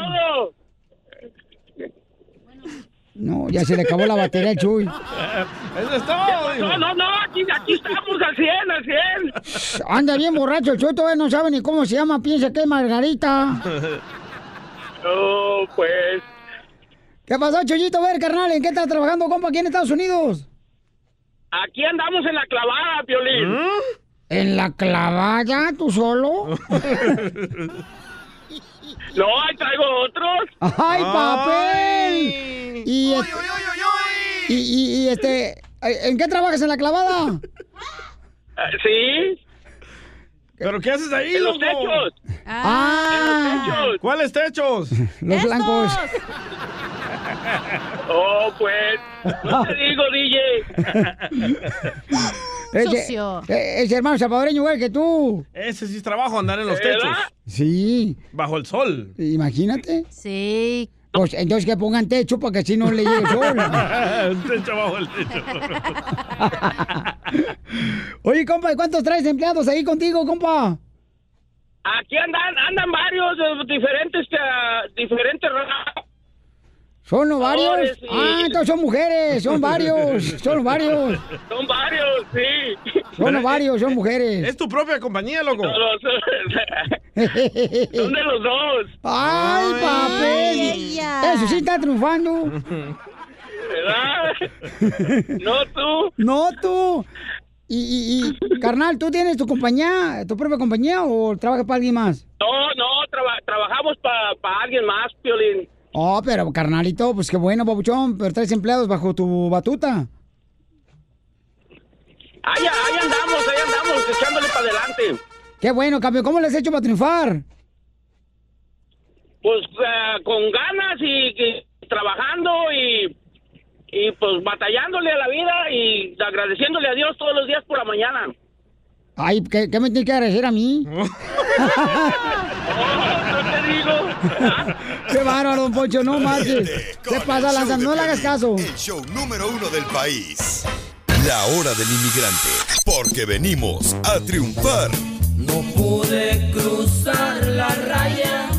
Speaker 2: No, ya se le acabó la batería al Chuy.
Speaker 19: Eh,
Speaker 3: ¡Eso es todo!
Speaker 19: No, no, no, aquí, aquí estamos al 100, al 100.
Speaker 2: Anda bien borracho el Chuy, todavía no sabe ni cómo se llama, piensa que es Margarita.
Speaker 19: No, pues.
Speaker 2: ¿Qué pasó, Chuyito? A ver, carnal, ¿en qué estás trabajando, compa, aquí en Estados Unidos?
Speaker 19: Aquí andamos en la clavada, Piolín.
Speaker 2: ¿En la clavada, tú solo?
Speaker 19: No, ahí traigo otros.
Speaker 2: ¡Ay, papel! Y, este- Y, y- y, este, ¿en qué trabajas en la clavada?
Speaker 19: eh, Sí.
Speaker 3: ¿Pero qué haces ahí,
Speaker 19: En los
Speaker 3: loco?
Speaker 19: techos.
Speaker 2: Ah.
Speaker 19: En los techos.
Speaker 3: ¿Cuáles techos?
Speaker 2: Los blancos.
Speaker 19: Oh, pues. No
Speaker 2: Ah.
Speaker 19: te digo, DJ.
Speaker 2: Ese,
Speaker 3: Sucio.
Speaker 2: eh, ese hermano salvadoreño igual que tú.
Speaker 3: Ese sí es trabajo, andar en los
Speaker 2: ¿Verdad?
Speaker 3: techos.
Speaker 2: Sí.
Speaker 3: Bajo el sol.
Speaker 2: Imagínate. Sí. Pues entonces que pongan techo para que así no le llegue el sol.
Speaker 3: Un techo bajo el techo.
Speaker 2: Oye, compa, ¿y cuántos traes de empleados ahí contigo, compa?
Speaker 19: Aquí andan, andan varios eh, diferentes, eh, diferentes razas.
Speaker 2: ¿Son los varios?
Speaker 19: Ahora sí.
Speaker 2: Ah, entonces son mujeres, son varios, son varios.
Speaker 19: Son varios, sí.
Speaker 2: Son varios, son mujeres.
Speaker 3: Es tu propia compañía, loco.
Speaker 2: Son
Speaker 19: de los dos.
Speaker 2: ¡Ay, papel!
Speaker 19: Ay, ella.
Speaker 2: Eso sí está triunfando.
Speaker 19: ¿Verdad? No tú.
Speaker 2: No tú. Y, y- y, carnal, ¿tú tienes tu compañía, tu propia compañía o trabajas para alguien más?
Speaker 19: No, no, traba- trabajamos para alguien más, Piolín.
Speaker 2: Oh, pero carnalito, pues qué bueno, Papuchón, pero traes empleados bajo tu batuta.
Speaker 19: Ahí, ahí andamos, ahí andamos, echándole para adelante.
Speaker 2: Qué bueno, cambio, ¿cómo le has hecho para triunfar?
Speaker 19: Pues ah, con ganas y, y trabajando y, y pues batallándole a la vida y agradeciéndole a Dios todos los días por la mañana.
Speaker 2: Ay, ¿qué, qué me tienes que agradecer a mí?
Speaker 19: No te digo.
Speaker 2: qué bárbaro, don Poncho, no marches.
Speaker 8: Con
Speaker 2: Se pasa,
Speaker 8: el
Speaker 2: lanza,
Speaker 8: show de
Speaker 2: no le hagas
Speaker 8: Piolín,
Speaker 2: caso.
Speaker 8: El show número uno del país. La hora del inmigrante, porque venimos a triunfar.
Speaker 19: Pude cruzar la raya.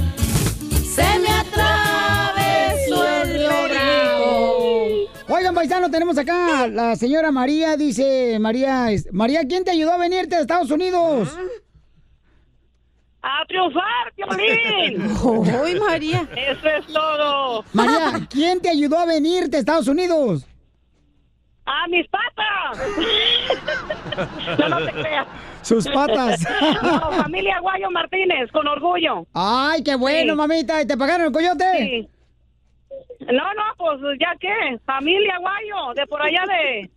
Speaker 4: Se me atravesó el lorito.
Speaker 2: Oigan, paisano, tenemos acá a la señora María, dice María, es- María, ¿quién te ayudó a venirte a Estados Unidos?
Speaker 21: ¡A triunfar, Piolín! Ah.
Speaker 2: ¡Ay, María!
Speaker 21: Eso es todo.
Speaker 2: María, ¿quién te ayudó a venirte a Estados Unidos?
Speaker 21: ¡A mis patas! no, no te creas.
Speaker 2: Sus patas.
Speaker 21: no, familia Guayo Martínez, con orgullo.
Speaker 2: Ay, qué bueno,
Speaker 21: Sí.
Speaker 2: mamita. ¿Y te pagaron el coyote?
Speaker 21: Sí. No, no, pues ya qué. Familia Guayo, de por allá de,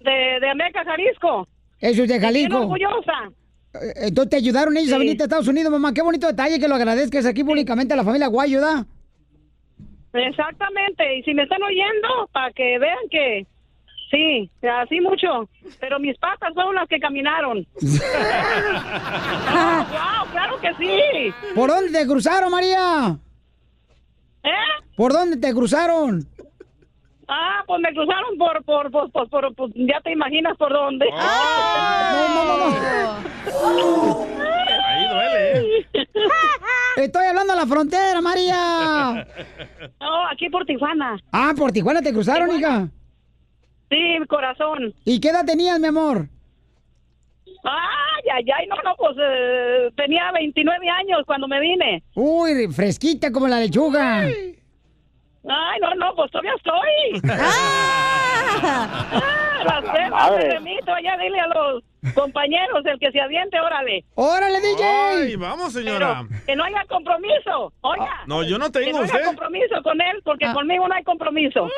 Speaker 21: de, de Ameca, Jalisco.
Speaker 2: Eso es de
Speaker 21: Bien
Speaker 2: Jalisco.
Speaker 21: orgullosa.
Speaker 2: Eh, Entonces te ayudaron ellos a
Speaker 21: Sí.
Speaker 2: venirte a Estados Unidos, mamá. Qué bonito detalle que lo agradezcas aquí públicamente a la familia Guayo, ¿da?
Speaker 21: Exactamente, y si me están oyendo, para que vean que sí, así mucho, pero mis patas fueron las que caminaron. ¡Wow! ¡Claro que sí!
Speaker 2: ¿Por dónde te cruzaron, María?
Speaker 21: ¿Eh?
Speaker 2: ¿Por dónde te cruzaron?
Speaker 21: Ah, pues me cruzaron por, por, por, por, por- por- ya te imaginas por dónde.
Speaker 3: Oh. Ahí duele, ¿eh?
Speaker 2: Estoy hablando a la frontera, María.
Speaker 21: No, aquí por Tijuana.
Speaker 2: Ah, por Tijuana te cruzaron, hija.
Speaker 21: Sí, mi corazón.
Speaker 2: ¿Y qué edad tenías, mi amor?
Speaker 21: Ay, ay, ay, no, no, pues eh, tenía 29 años cuando me vine.
Speaker 2: Uy, fresquita como la lechuga.
Speaker 21: Ay, no, no, pues todavía estoy. Ah, las
Speaker 2: La
Speaker 21: demás
Speaker 2: madre.
Speaker 21: te remito, allá dile a los compañeros, el que se aviente, órale.
Speaker 2: ¡Órale, DJ!
Speaker 3: Ay, vamos, señora.
Speaker 21: Pero que no haya compromiso, oiga.
Speaker 3: No, yo no
Speaker 21: que
Speaker 3: tengo
Speaker 21: no
Speaker 3: usted.
Speaker 21: haya compromiso con él, porque
Speaker 2: Ah.
Speaker 21: conmigo no hay compromiso.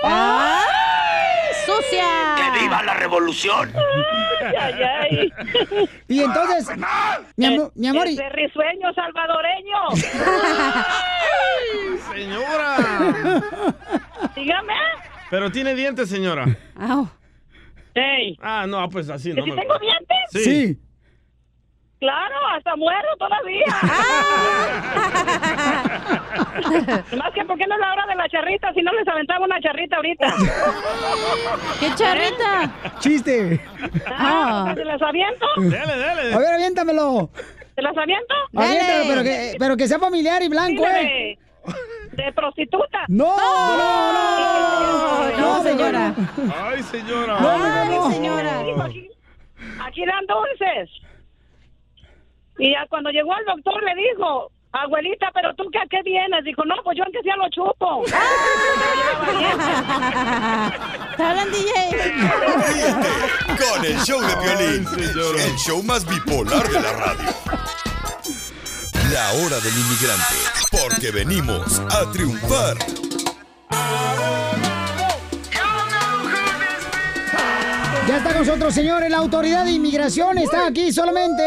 Speaker 4: ¡Sucia!
Speaker 21: ¡Que viva la revolución! Ah, ¡Ay, ay, ay!
Speaker 2: Y entonces, mi, amor, mi amor, y-
Speaker 21: Ese risueño salvadoreño.
Speaker 3: señora.
Speaker 21: Dígame.
Speaker 3: Pero tiene dientes, señora.
Speaker 21: Ey.
Speaker 3: Ah, no, pues así
Speaker 21: ¿Que
Speaker 3: no.
Speaker 21: si
Speaker 3: me-
Speaker 21: tengo dientes?
Speaker 3: Sí.
Speaker 21: Claro, hasta muero
Speaker 2: Ah.
Speaker 21: todavía. Más que porque no es la hora de la charrita, si no les aventaba una charrita ahorita.
Speaker 4: ¿Qué charrita?
Speaker 2: chiste.
Speaker 21: Ah, ¿Se las aviento?
Speaker 2: A ver, aviéntamelo.
Speaker 21: ¿Se las aviento?
Speaker 2: Aviéntalo, pero que, pero que sea familiar y blanco, ¿eh?
Speaker 21: Dile De, de prostituta.
Speaker 2: No, no,
Speaker 21: no,
Speaker 2: no, señora.
Speaker 3: Ay, señora.
Speaker 21: Ay, señora. Aquí, aquí dan dulces. Y ya cuando llegó al doctor le dijo, abuelita, pero tú que a qué vienes? Dijo, no, pues yo aunque sea lo chupo.
Speaker 4: ¿Te hablan, DJ?
Speaker 8: Ríete con el show de Piolín, el show más bipolar de la radio. La hora del inmigrante, porque venimos a triunfar.
Speaker 2: Ya está con nosotros, señores. La autoridad de inmigración está aquí solamente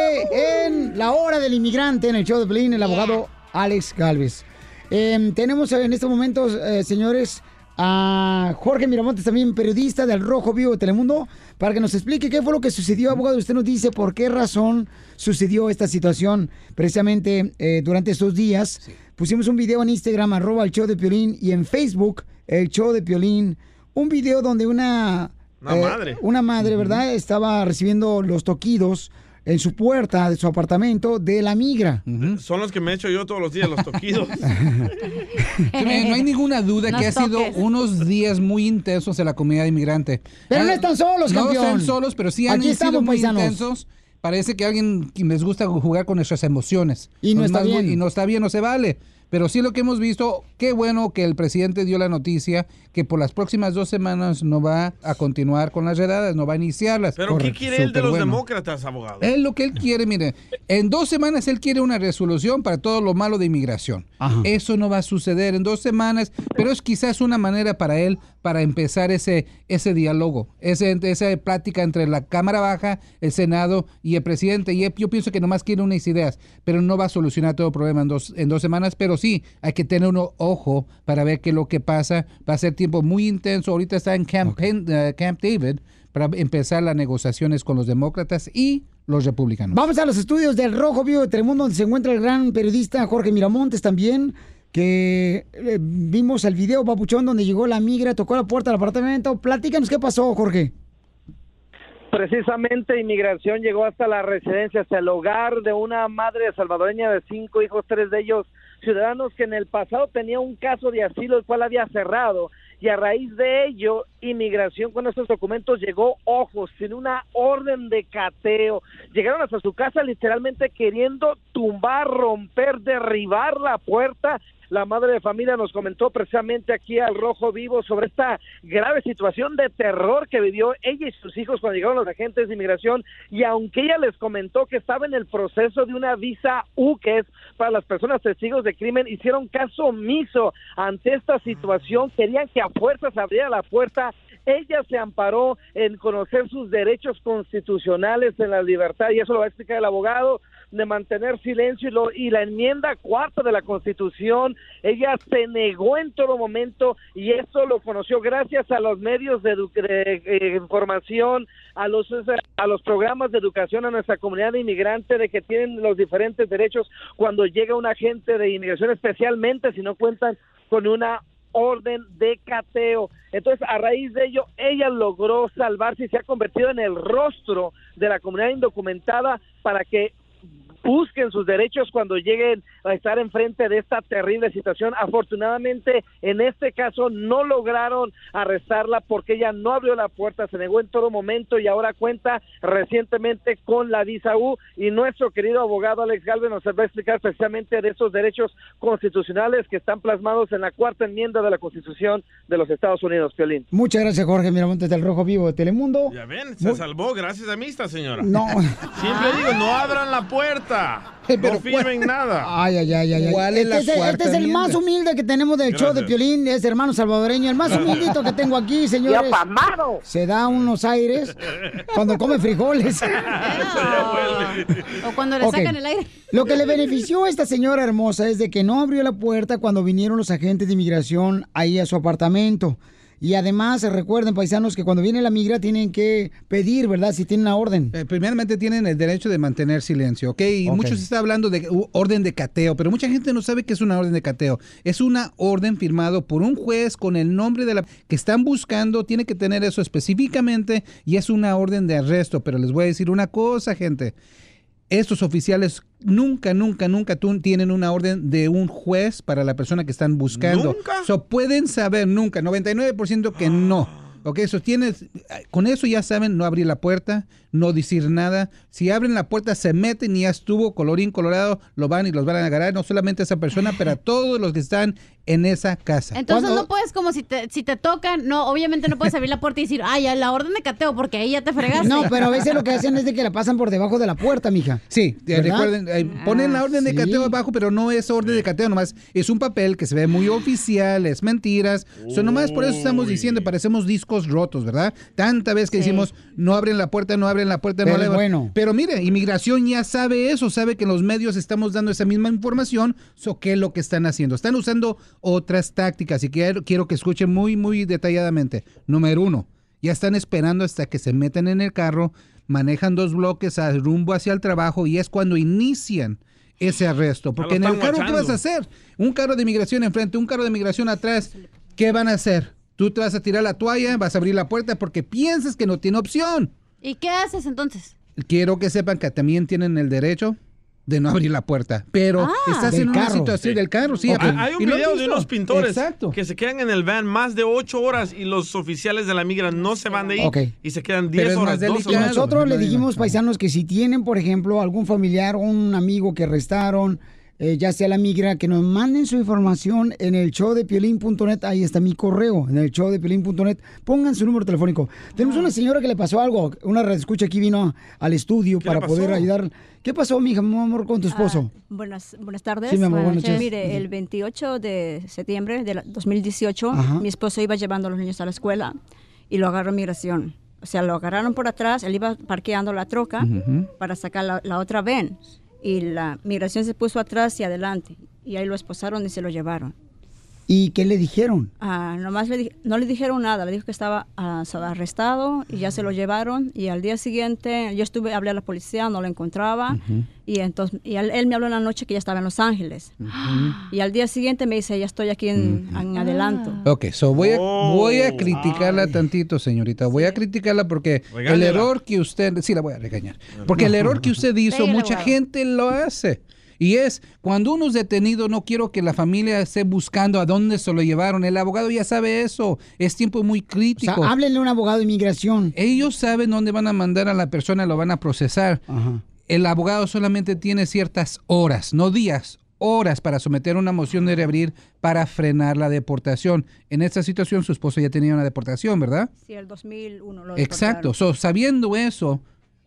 Speaker 2: en la hora del inmigrante en el show de Pelín, el abogado Alex Galvez. Eh, tenemos en estos momentos, eh, señores, a Jorge Miramontes, también periodista del Rojo Vivo de Telemundo, para que nos explique qué fue lo que sucedió, abogado. Usted nos dice por qué razón sucedió esta situación precisamente eh, durante estos días. Pusimos un video en Instagram, arroba el show de Piolín, y en Facebook, el show de Piolín. Un video donde una
Speaker 3: Una madre.
Speaker 2: Eh, una madre, ¿verdad? Estaba recibiendo los toquidos en su puerta de su apartamento de la migra.
Speaker 3: Son los que me echo yo todos los días, los toquidos.
Speaker 1: Sí, No no hay ninguna duda
Speaker 2: Nos
Speaker 1: que ha sido
Speaker 2: toques.
Speaker 1: unos días muy intensos en la comunidad inmigrante.
Speaker 2: Pero no
Speaker 1: Ah,
Speaker 2: están solos, campeón.
Speaker 1: No están solos, pero sí han
Speaker 2: Aquí estamos,
Speaker 1: sido muy
Speaker 2: paisanos.
Speaker 1: intensos. Parece que a alguien que les gusta jugar con nuestras emociones.
Speaker 2: Y no
Speaker 1: Los
Speaker 2: está
Speaker 1: más bu-
Speaker 2: bien.
Speaker 1: Y no está bien, no se vale. Pero sí lo que hemos visto, qué bueno que el presidente dio la noticia que por las próximas dos semanas no va a continuar con las redadas, no va a iniciarlas.
Speaker 3: Pero ¿qué quiere él de los
Speaker 1: Superbueno.
Speaker 3: demócratas, abogado?
Speaker 1: Es lo que él quiere, mire. En dos semanas él quiere una resolución para todo lo malo de inmigración. Eso no va a suceder en dos semanas, pero es quizás una manera para él para empezar ese, ese diálogo, ese, esa plática entre la Cámara Baja, el Senado y el presidente. Y eh, yo pienso que nomás quiere unas ideas, pero no va a solucionar todo el problema en dos, en dos semanas. Pero sí, hay que tener un ojo para ver qué es lo que pasa. Va a ser tiempo muy intenso. Ahorita está en Camp, eh, Camp David para empezar las negociaciones con los demócratas y los republicanos.
Speaker 2: Vamos a los estudios del Rojo Vivo de Telemundo, donde se encuentra el gran periodista Jorge Miramontes también, que eh, vimos el video, Papuchón, donde llegó la migra, tocó la puerta del apartamento. Platícanos qué pasó, Jorge.
Speaker 22: Precisamente inmigración llegó hasta la residencia, hasta el hogar de una madre salvadoreña de cinco hijos, tres de ellos ciudadanos que en el pasado tenía un caso de asilo el cual había cerrado y a raíz de ello inmigración con estos documentos llegó ojos sin una orden de cateo llegaron hasta su casa literalmente queriendo tumbar romper derribar la puerta la madre de familia nos comentó precisamente aquí al Rojo Vivo sobre esta grave situación de terror que vivió ella y sus hijos cuando llegaron los agentes de inmigración y aunque ella les comentó que estaba en el proceso de una visa U que es para las personas testigos de crimen, hicieron caso omiso ante esta situación, querían que a fuerzas abriera la puerta ella se amparó en conocer sus derechos constitucionales en la libertad, y eso lo va a explicar el abogado, de mantener silencio y, lo- y la enmienda cuarta de la Constitución, ella se negó en todo momento y eso lo conoció gracias a los medios de, edu- de, eh, información, a los, a los programas de educación a nuestra comunidad de inmigrante de que tienen los diferentes derechos cuando llega un agente de inmigración, especialmente si no cuentan con una orden de cateo. Entonces, a raíz de ello, ella logró salvarse y se ha convertido en el rostro de la comunidad indocumentada para que busquen sus derechos cuando lleguen a estar enfrente de esta terrible situación. Afortunadamente, en este caso no lograron arrestarla porque ella no abrió la puerta, se negó en todo momento y ahora cuenta recientemente con la visa U y nuestro querido abogado Alex Galvez nos va a explicar precisamente de esos derechos constitucionales que están plasmados en la cuarta enmienda de la Constitución de los Estados Unidos, Piolín.
Speaker 2: Muchas gracias, Jorge Miramontes del Rojo Vivo de Telemundo.
Speaker 3: Ya ven, se
Speaker 2: Muy-
Speaker 3: salvó gracias a mí esta señora.
Speaker 2: No.
Speaker 3: Siempre digo, no abran la puerta. no firmen nada.
Speaker 2: Ay, ay, ay, ay. ay.
Speaker 3: ¿Cuál es
Speaker 2: este
Speaker 3: la
Speaker 2: es, el-
Speaker 3: cuarta
Speaker 2: este es el
Speaker 3: enmienda?
Speaker 2: más humilde que tenemos del show de
Speaker 3: Gracias.
Speaker 2: Piolín, es hermano salvadoreño, el más humildito que tengo aquí, señores.
Speaker 11: ¡Y apamado!
Speaker 2: Se da unos aires cuando come frijoles.
Speaker 4: O cuando le
Speaker 2: Ok.
Speaker 4: sacan el aire.
Speaker 2: Lo que le benefició a esta señora hermosa es de que no abrió la puerta cuando vinieron los agentes de inmigración ahí a su apartamento. Y además, recuerden, paisanos, que cuando viene la migra tienen que pedir, ¿verdad? Si tienen una orden.
Speaker 1: Eh, primeramente tienen el derecho de mantener silencio, ¿ok? Y
Speaker 2: Ok.
Speaker 1: muchos está hablando de u- orden de cateo, pero mucha gente no sabe que es una orden de cateo. Es una orden firmado por un juez con el nombre de la que están buscando, tiene que tener eso específicamente y es una orden de arresto. Pero les voy a decir una cosa, gente. Estos oficiales nunca, nunca, nunca tun- tienen una orden de un juez para la persona que están buscando.
Speaker 3: ¿Nunca?
Speaker 1: So, pueden saber nunca, 99% que no. Ok, eso tienes, con eso ya saben no abrir la puerta, no decir nada. Si abren la puerta, se meten y ya estuvo colorín colorado, lo van y los van a agarrar, no solamente a esa persona, pero a todos los que están en esa casa.
Speaker 4: Entonces
Speaker 1: Cuando-
Speaker 4: no puedes como si te, si te tocan, no, obviamente no puedes abrir la puerta y decir, ay, ya la orden de cateo, porque ahí ya te fregaste.
Speaker 2: No, pero a veces lo que hacen es de que la pasan por debajo de la puerta, mija.
Speaker 1: Sí, eh,
Speaker 2: ¿Verdad?
Speaker 1: recuerden, eh, ponen la orden de
Speaker 2: Ah, sí.
Speaker 1: cateo abajo, pero no es orden de cateo nomás. Es un papel que se ve muy oficial, es mentiras. Son nomás por eso estamos diciendo, parecemos discos rotos, ¿verdad? Tanta vez que decimos, no abren la puerta, no abren la puerta,
Speaker 2: Pero
Speaker 1: no abren
Speaker 2: bueno.
Speaker 1: Pero mire, inmigración ya sabe eso, sabe que en los medios estamos dando esa misma información, so qué es lo que están haciendo. Están usando otras tácticas y quiero, quiero que escuchen muy, muy detalladamente. Número uno, ya están esperando hasta que se meten en el carro, manejan dos bloques a rumbo hacia el trabajo y es cuando inician ese arresto. Porque en
Speaker 3: están
Speaker 1: el carro, ¿qué
Speaker 3: guachando.
Speaker 1: vas a hacer? Un carro de inmigración enfrente, un carro de inmigración atrás, ¿qué van a hacer? Tú te vas a tirar la toalla, vas a abrir la puerta porque piensas que no tiene opción
Speaker 4: ¿Y qué haces entonces?
Speaker 1: quiero que sepan que también tienen el derecho de no abrir la puerta. Pero
Speaker 4: Ah.
Speaker 1: estás
Speaker 4: Del
Speaker 1: en una
Speaker 4: carro.
Speaker 1: situación del carro, sí.
Speaker 3: Ah,
Speaker 1: aparte-
Speaker 3: Hay un
Speaker 1: y lo
Speaker 3: video
Speaker 1: han
Speaker 3: de
Speaker 1: visto.
Speaker 3: unos pintores
Speaker 1: Exacto.
Speaker 3: que se quedan en el van más de ocho horas y los oficiales de la migra no se van de ahí
Speaker 2: Ok.
Speaker 3: y se quedan 10 horas, 12
Speaker 2: Y
Speaker 3: horas.
Speaker 2: nosotros le dijimos, paisanos, que si tienen, por ejemplo, algún familiar o un amigo que arrestaron, eh, ya sea la migra, que nos manden su información en el show de piolín.net. Ahí está mi correo, en el show de piolín.net. Pongan su número telefónico. Tenemos una señora que le pasó algo. Una escucha aquí vino al estudio
Speaker 6: le
Speaker 2: para poder
Speaker 6: pasó?
Speaker 2: ayudar. ¿Qué pasó, mi amor, con tu esposo?
Speaker 6: Buenas, buenas tardes.
Speaker 2: Sí, mi amor, buenas noches.
Speaker 6: Mire, el 28 de septiembre de la- 2018,
Speaker 2: Ajá.
Speaker 6: mi esposo iba llevando a los niños a la escuela y lo agarró migración. O sea, lo agarraron por atrás, él iba parqueando la troca
Speaker 10: Ujú.
Speaker 6: para sacar la, la otra ven. Y la migración se puso atrás y adelante. Y ahí lo esposaron y se lo llevaron.
Speaker 2: ¿Y qué le dijeron?
Speaker 6: Ah, nomás le di- no le dijeron nada, le dijo que estaba ah, so- arrestado y ya se lo llevaron. Y al día siguiente yo estuve, hablé a la policía, no lo encontraba. Y entonces y él, él me habló en la noche que ya estaba en Los Ángeles.
Speaker 4: Ah.
Speaker 6: Y al día siguiente me dice, ya estoy aquí en, en adelanto.
Speaker 1: Ok, so voy a, voy
Speaker 3: Oh.
Speaker 1: a criticarla tantito, señorita. Voy a criticarla porque
Speaker 3: Regáñela.
Speaker 1: el error que usted... Sí, la voy a regañar. Porque el error que usted hizo,
Speaker 3: Pégale,
Speaker 1: mucha
Speaker 3: abogado.
Speaker 1: gente lo hace. Y es, cuando uno es detenido, no quiero que la familia esté buscando a dónde se lo llevaron. El abogado ya sabe eso. Es tiempo muy crítico.
Speaker 2: háblenle a un abogado de inmigración.
Speaker 1: Ellos saben dónde van a mandar a la persona, lo van a procesar. El abogado solamente tiene ciertas horas, no días, horas para someter una moción de reabrir para frenar la deportación. En esta situación, su esposo ya tenía una deportación, ¿verdad?
Speaker 6: Sí, el 2001 lo
Speaker 1: Exacto.
Speaker 6: deportaron.
Speaker 1: So, sabiendo eso,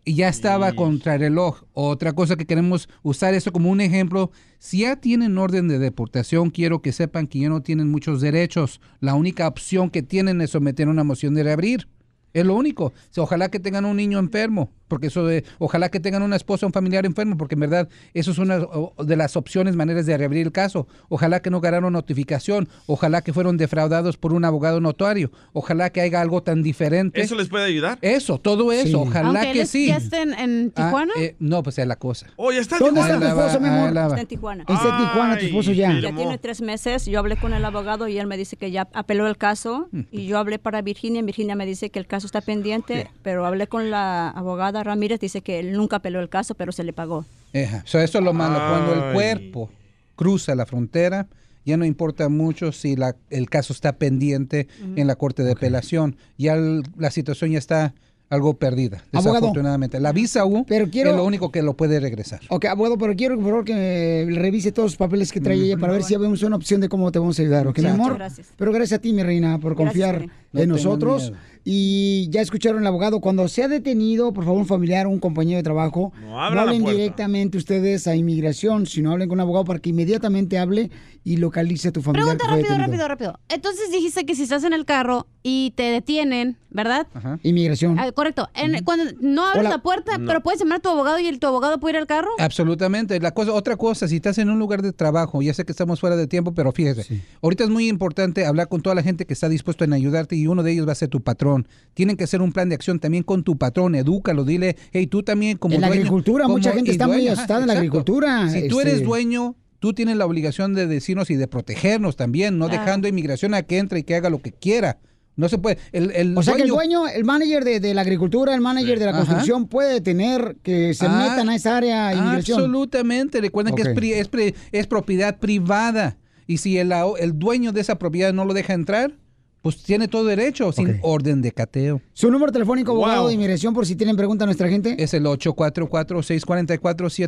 Speaker 1: ya estaba contra el reloj. Otra cosa que queremos usar esto como un ejemplo. Si ya tienen orden de deportación, quiero que sepan que ya no tienen muchos derechos. La única opción que tienen es someter una moción de reabrir. Es lo único. O sea, ojalá que tengan un niño enfermo, porque eso de, ojalá que tengan una esposa, un familiar enfermo, porque en verdad eso es una o- de las opciones, maneras de reabrir el caso. Ojalá que no ganaron notificación, ojalá que fueron defraudados por un abogado notario, ojalá que haya algo tan diferente.
Speaker 3: ¿Eso les puede ayudar?
Speaker 1: Eso, todo eso, ojalá
Speaker 4: Aunque
Speaker 1: que
Speaker 4: él es-
Speaker 1: sí.
Speaker 4: ya está en, en
Speaker 1: Ah,
Speaker 4: Tijuana.
Speaker 1: eh, no, pues es la cosa.
Speaker 3: Oh, ya está
Speaker 1: en ¿Dónde Tijuana. está tu esposo, mi amor?
Speaker 6: Está en Tijuana.
Speaker 1: Está en Tijuana, tu Ay, esposo ya.
Speaker 6: Ya
Speaker 1: firmó.
Speaker 6: tiene tres meses. Yo hablé con el abogado y él me dice que ya apeló el caso.
Speaker 1: Mm.
Speaker 6: Y yo hablé para Virginia. Virginia me dice que el caso está pendiente. Pero hablé con la abogada Ramírez. Dice que él nunca apeló el caso, pero se le pagó.
Speaker 1: Eja, so eso es lo malo. Cuando el
Speaker 3: Ay.
Speaker 1: cuerpo cruza la frontera, ya no importa mucho si la- el caso está pendiente en la corte de apelación. Ya el- la situación ya está algo perdida,
Speaker 2: Abogado.
Speaker 1: desafortunadamente. La visa U
Speaker 2: quiero-
Speaker 1: es lo único que lo puede regresar.
Speaker 2: Ok, abogado, pero quiero, por favor, que eh, revise todos los papeles que trae
Speaker 1: Mm.
Speaker 2: ella para ver si vemos una opción de cómo te vamos a ayudar, ¿ok, mi
Speaker 1: Exacto.
Speaker 2: amor?
Speaker 1: Muchas gracias.
Speaker 2: Pero gracias a ti, mi reina, por confiar
Speaker 1: Gracias, Tere.
Speaker 2: en
Speaker 1: No tengo
Speaker 2: nosotros.
Speaker 1: miedo.
Speaker 2: Y ya escucharon al abogado, cuando sea detenido, por favor, un familiar, un compañero de trabajo, no
Speaker 3: abra la
Speaker 2: hablen
Speaker 3: puerta.
Speaker 2: directamente ustedes a inmigración, sino hablen con un abogado para que inmediatamente hable y localice eh, a tu familia.
Speaker 4: Pregunta rápido, rápido, rápido. Entonces dijiste que si estás en el carro y te detienen, ¿verdad?
Speaker 2: Inmigración.
Speaker 4: Ah, correcto. En- Cuando no abres
Speaker 1: Hola.
Speaker 4: la puerta,
Speaker 1: No.
Speaker 4: pero puedes llamar a tu abogado y el, tu abogado puede ir al carro.
Speaker 1: Absolutamente. La cosa, otra cosa, si estás en un lugar de trabajo, ya sé que estamos fuera de tiempo, pero fíjate, ahorita es muy importante hablar con toda la gente que está dispuesta en ayudarte y uno de ellos va a ser tu patrón. Tienen que hacer un plan de acción también con tu patrón, edúcalo, dile, hey, tú también como
Speaker 2: En la
Speaker 1: dueño,
Speaker 2: agricultura,
Speaker 1: como-
Speaker 2: mucha gente
Speaker 1: y
Speaker 2: está muy
Speaker 1: dueño, ajá,
Speaker 2: asustada en la
Speaker 1: exacto.
Speaker 2: agricultura,
Speaker 1: Si tú
Speaker 2: este-
Speaker 1: eres dueño, tú tienes la obligación de decirnos y de protegernos también, no
Speaker 2: Claro.
Speaker 1: dejando a inmigración a que entre y que haga lo que quiera. No se puede. El, el
Speaker 2: O sea que el
Speaker 1: Ah, dueño-
Speaker 2: dueño, el manager de, de la agricultura, el manager de la
Speaker 1: Ajá.
Speaker 2: construcción puede tener que se
Speaker 1: Ah,
Speaker 2: metan a esa área de inmigración.
Speaker 1: Absolutamente. Recuerden que
Speaker 2: Ok.
Speaker 1: es, pri- es pri- es propiedad privada. Y si el, ao- el dueño de esa propiedad no lo deja entrar, pues tiene todo derecho sin orden de cateo.
Speaker 2: Su número telefónico, abogado
Speaker 1: Wow.
Speaker 2: de inmigración, por si tienen pregunta a nuestra gente.
Speaker 1: Es el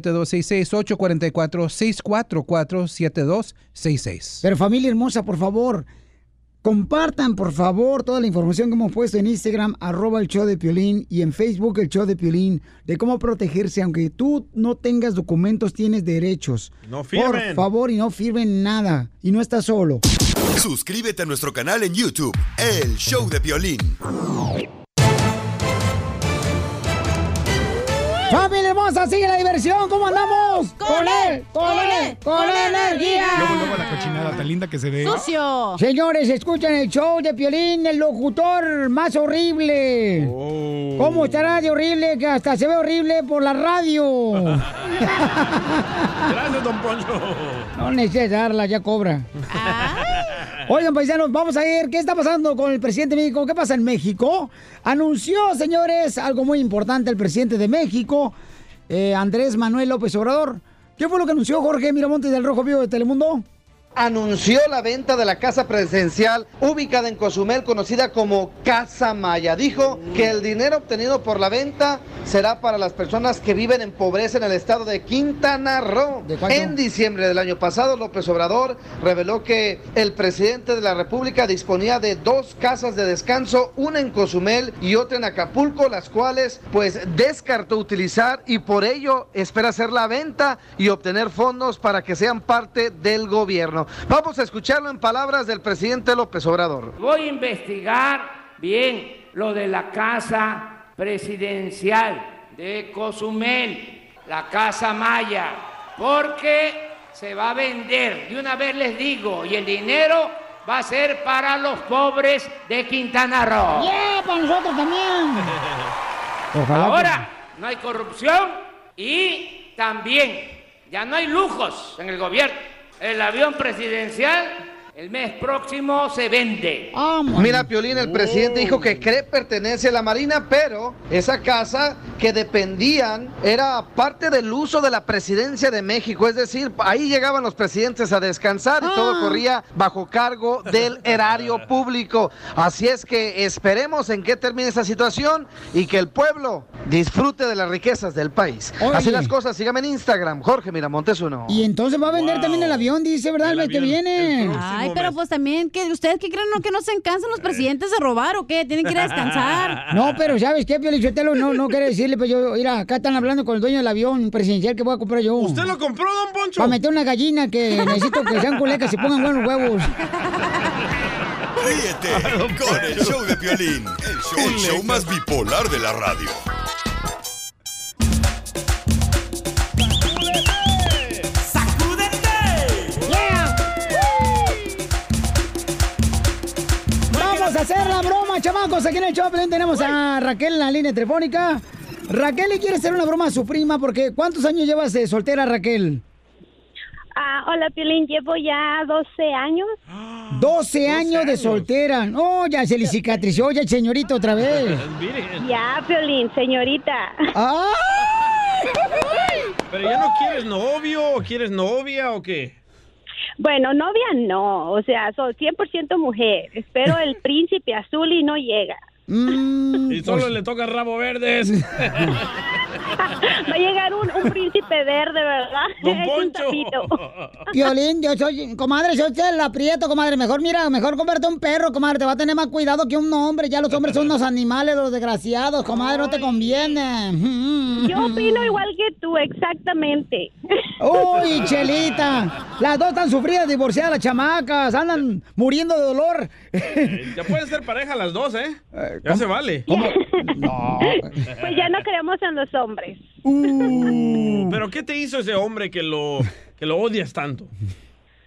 Speaker 1: 844-644-7266, 844-644-7266.
Speaker 2: Pero familia hermosa, por favor, compartan, por favor, toda la información que hemos puesto en Instagram, arroba el show de Piolín, y en Facebook el show de Piolín, de cómo protegerse, aunque tú no tengas documentos, tienes derechos.
Speaker 8: No firmen.
Speaker 2: Por favor, y no firmen nada, y no estás solo.
Speaker 8: Suscríbete a nuestro canal en YouTube, El Show de Violín.
Speaker 2: ¡Familia hermosa, sigue la diversión! ¿Cómo andamos? ¡Con él! ¡Con él! ¡Con
Speaker 7: Luego,
Speaker 2: energía!
Speaker 7: luego la cochinada tan linda que se ve.
Speaker 4: ¡Sucio!
Speaker 2: Señores, escuchan el show de Piolín, el locutor más horrible. ¿Cómo estará de horrible que hasta se ve horrible por la radio?
Speaker 3: Gracias, don Poncho.
Speaker 2: no necesitas darla, ya cobra. Oigan, paisanos, vamos a ver qué está pasando con el presidente de México. ¿Qué pasa en México? Anunció, señores, algo muy importante el presidente de México, eh, Andrés Manuel López Obrador. ¿Qué fue lo que anunció Jorge Miramontes del Rojo Vivo de Telemundo?
Speaker 5: anunció la venta de la casa presidencial ubicada en Cozumel, conocida como Casa Maya. Dijo que el dinero obtenido por la venta será para las personas que viven en pobreza en el estado de Quintana Roo. En diciembre del año pasado, López Obrador reveló que el presidente de la República disponía de dos casas de descanso, una en Cozumel y otra en Acapulco, las cuales pues descartó utilizar y por ello espera hacer la venta y obtener fondos para que sean parte del gobierno. Vamos a escucharlo en palabras del presidente López Obrador.
Speaker 10: Voy a investigar bien lo de la casa presidencial de Cozumel, la casa Maya, porque se va a vender, de una vez les digo, y el dinero va a ser para los pobres de Quintana Roo.
Speaker 2: ¡Yeah! ¡Para nosotros también!
Speaker 10: Ahora no hay corrupción y también ya no hay lujos en el gobierno. El avión presidencial el mes próximo se vende.
Speaker 5: Mira, Piolín, el presidente dijo que cree pertenece a la Marina, pero esa casa que dependían era parte del uso de la presidencia de México. Es decir, ahí llegaban los presidentes a descansar y todo corría bajo cargo del erario público. Así es que esperemos en qué termine esa situación y que el pueblo disfrute de las riquezas del país. Así
Speaker 2: Oye.
Speaker 5: las cosas, sígame en Instagram, Jorge Miramontes uno.
Speaker 2: Y entonces va a vender también el avión, dice, ¿verdad? El, mes que viene.
Speaker 4: Ay, pero pues también, que ¿ustedes qué creen? ¿No, ¿Que no se cansan los presidentes de robar o qué? ¿Tienen que ir a descansar?
Speaker 2: No, pero ¿sabes qué, Piolichotelo? No, no quiere decirle, pero yo, mira, acá están hablando con el dueño del avión presidencial que voy a comprar yo. ¿Usted
Speaker 3: lo compró, don Poncho?
Speaker 2: Para meter una gallina que necesito que sean culecas y pongan buenos huevos.
Speaker 8: Ríete con El Show de Violín, el show, el show más bipolar de la radio.
Speaker 2: Vamos a hacer la broma, chamacos. Aquí en el Choplin tenemos a Raquel en la línea telefónica. Raquel le quiere hacer una broma a su prima porque ¿cuántos años llevas de soltera, Raquel?
Speaker 23: Ah, hola, Piolín. Llevo ya 12 años.
Speaker 2: 12 años de soltera. No, ya se le cicatrizó, ya el señorito otra vez. Ah.
Speaker 23: Ya, Piolín, señorita.
Speaker 2: ¡Ay!
Speaker 3: Pero ya no quieres novio o quieres novia o qué?
Speaker 24: Bueno, novia no, o sea, soy 100% mujer. Espero el príncipe azul y no llega.
Speaker 2: Mm,
Speaker 3: y solo
Speaker 2: pues-
Speaker 3: le toca rabo verdes.
Speaker 24: Va a llegar un, un príncipe verde, ¿verdad?
Speaker 3: Don
Speaker 24: Es un
Speaker 3: Poncho.
Speaker 24: sapito.
Speaker 2: Violín, yo soy, comadre, yo te la aprieto, comadre. Mejor mira, mejor convierte un perro, comadre. Te va a tener más cuidado que un hombre. Ya los hombres son unos animales, los desgraciados, comadre, no te conviene.
Speaker 24: Yo opino igual que tú, exactamente.
Speaker 2: Uy, Chelita. Las dos están sufridas, divorciadas, las chamacas. Andan muriendo de dolor.
Speaker 3: Eh, Ya pueden ser pareja las dos, ¿eh? Ya se vale.
Speaker 2: No.
Speaker 24: Pues ya
Speaker 2: Ah.
Speaker 24: no creemos en los hombres.
Speaker 2: Uh.
Speaker 3: Pero ¿qué te hizo ese hombre que lo, que lo odias tanto?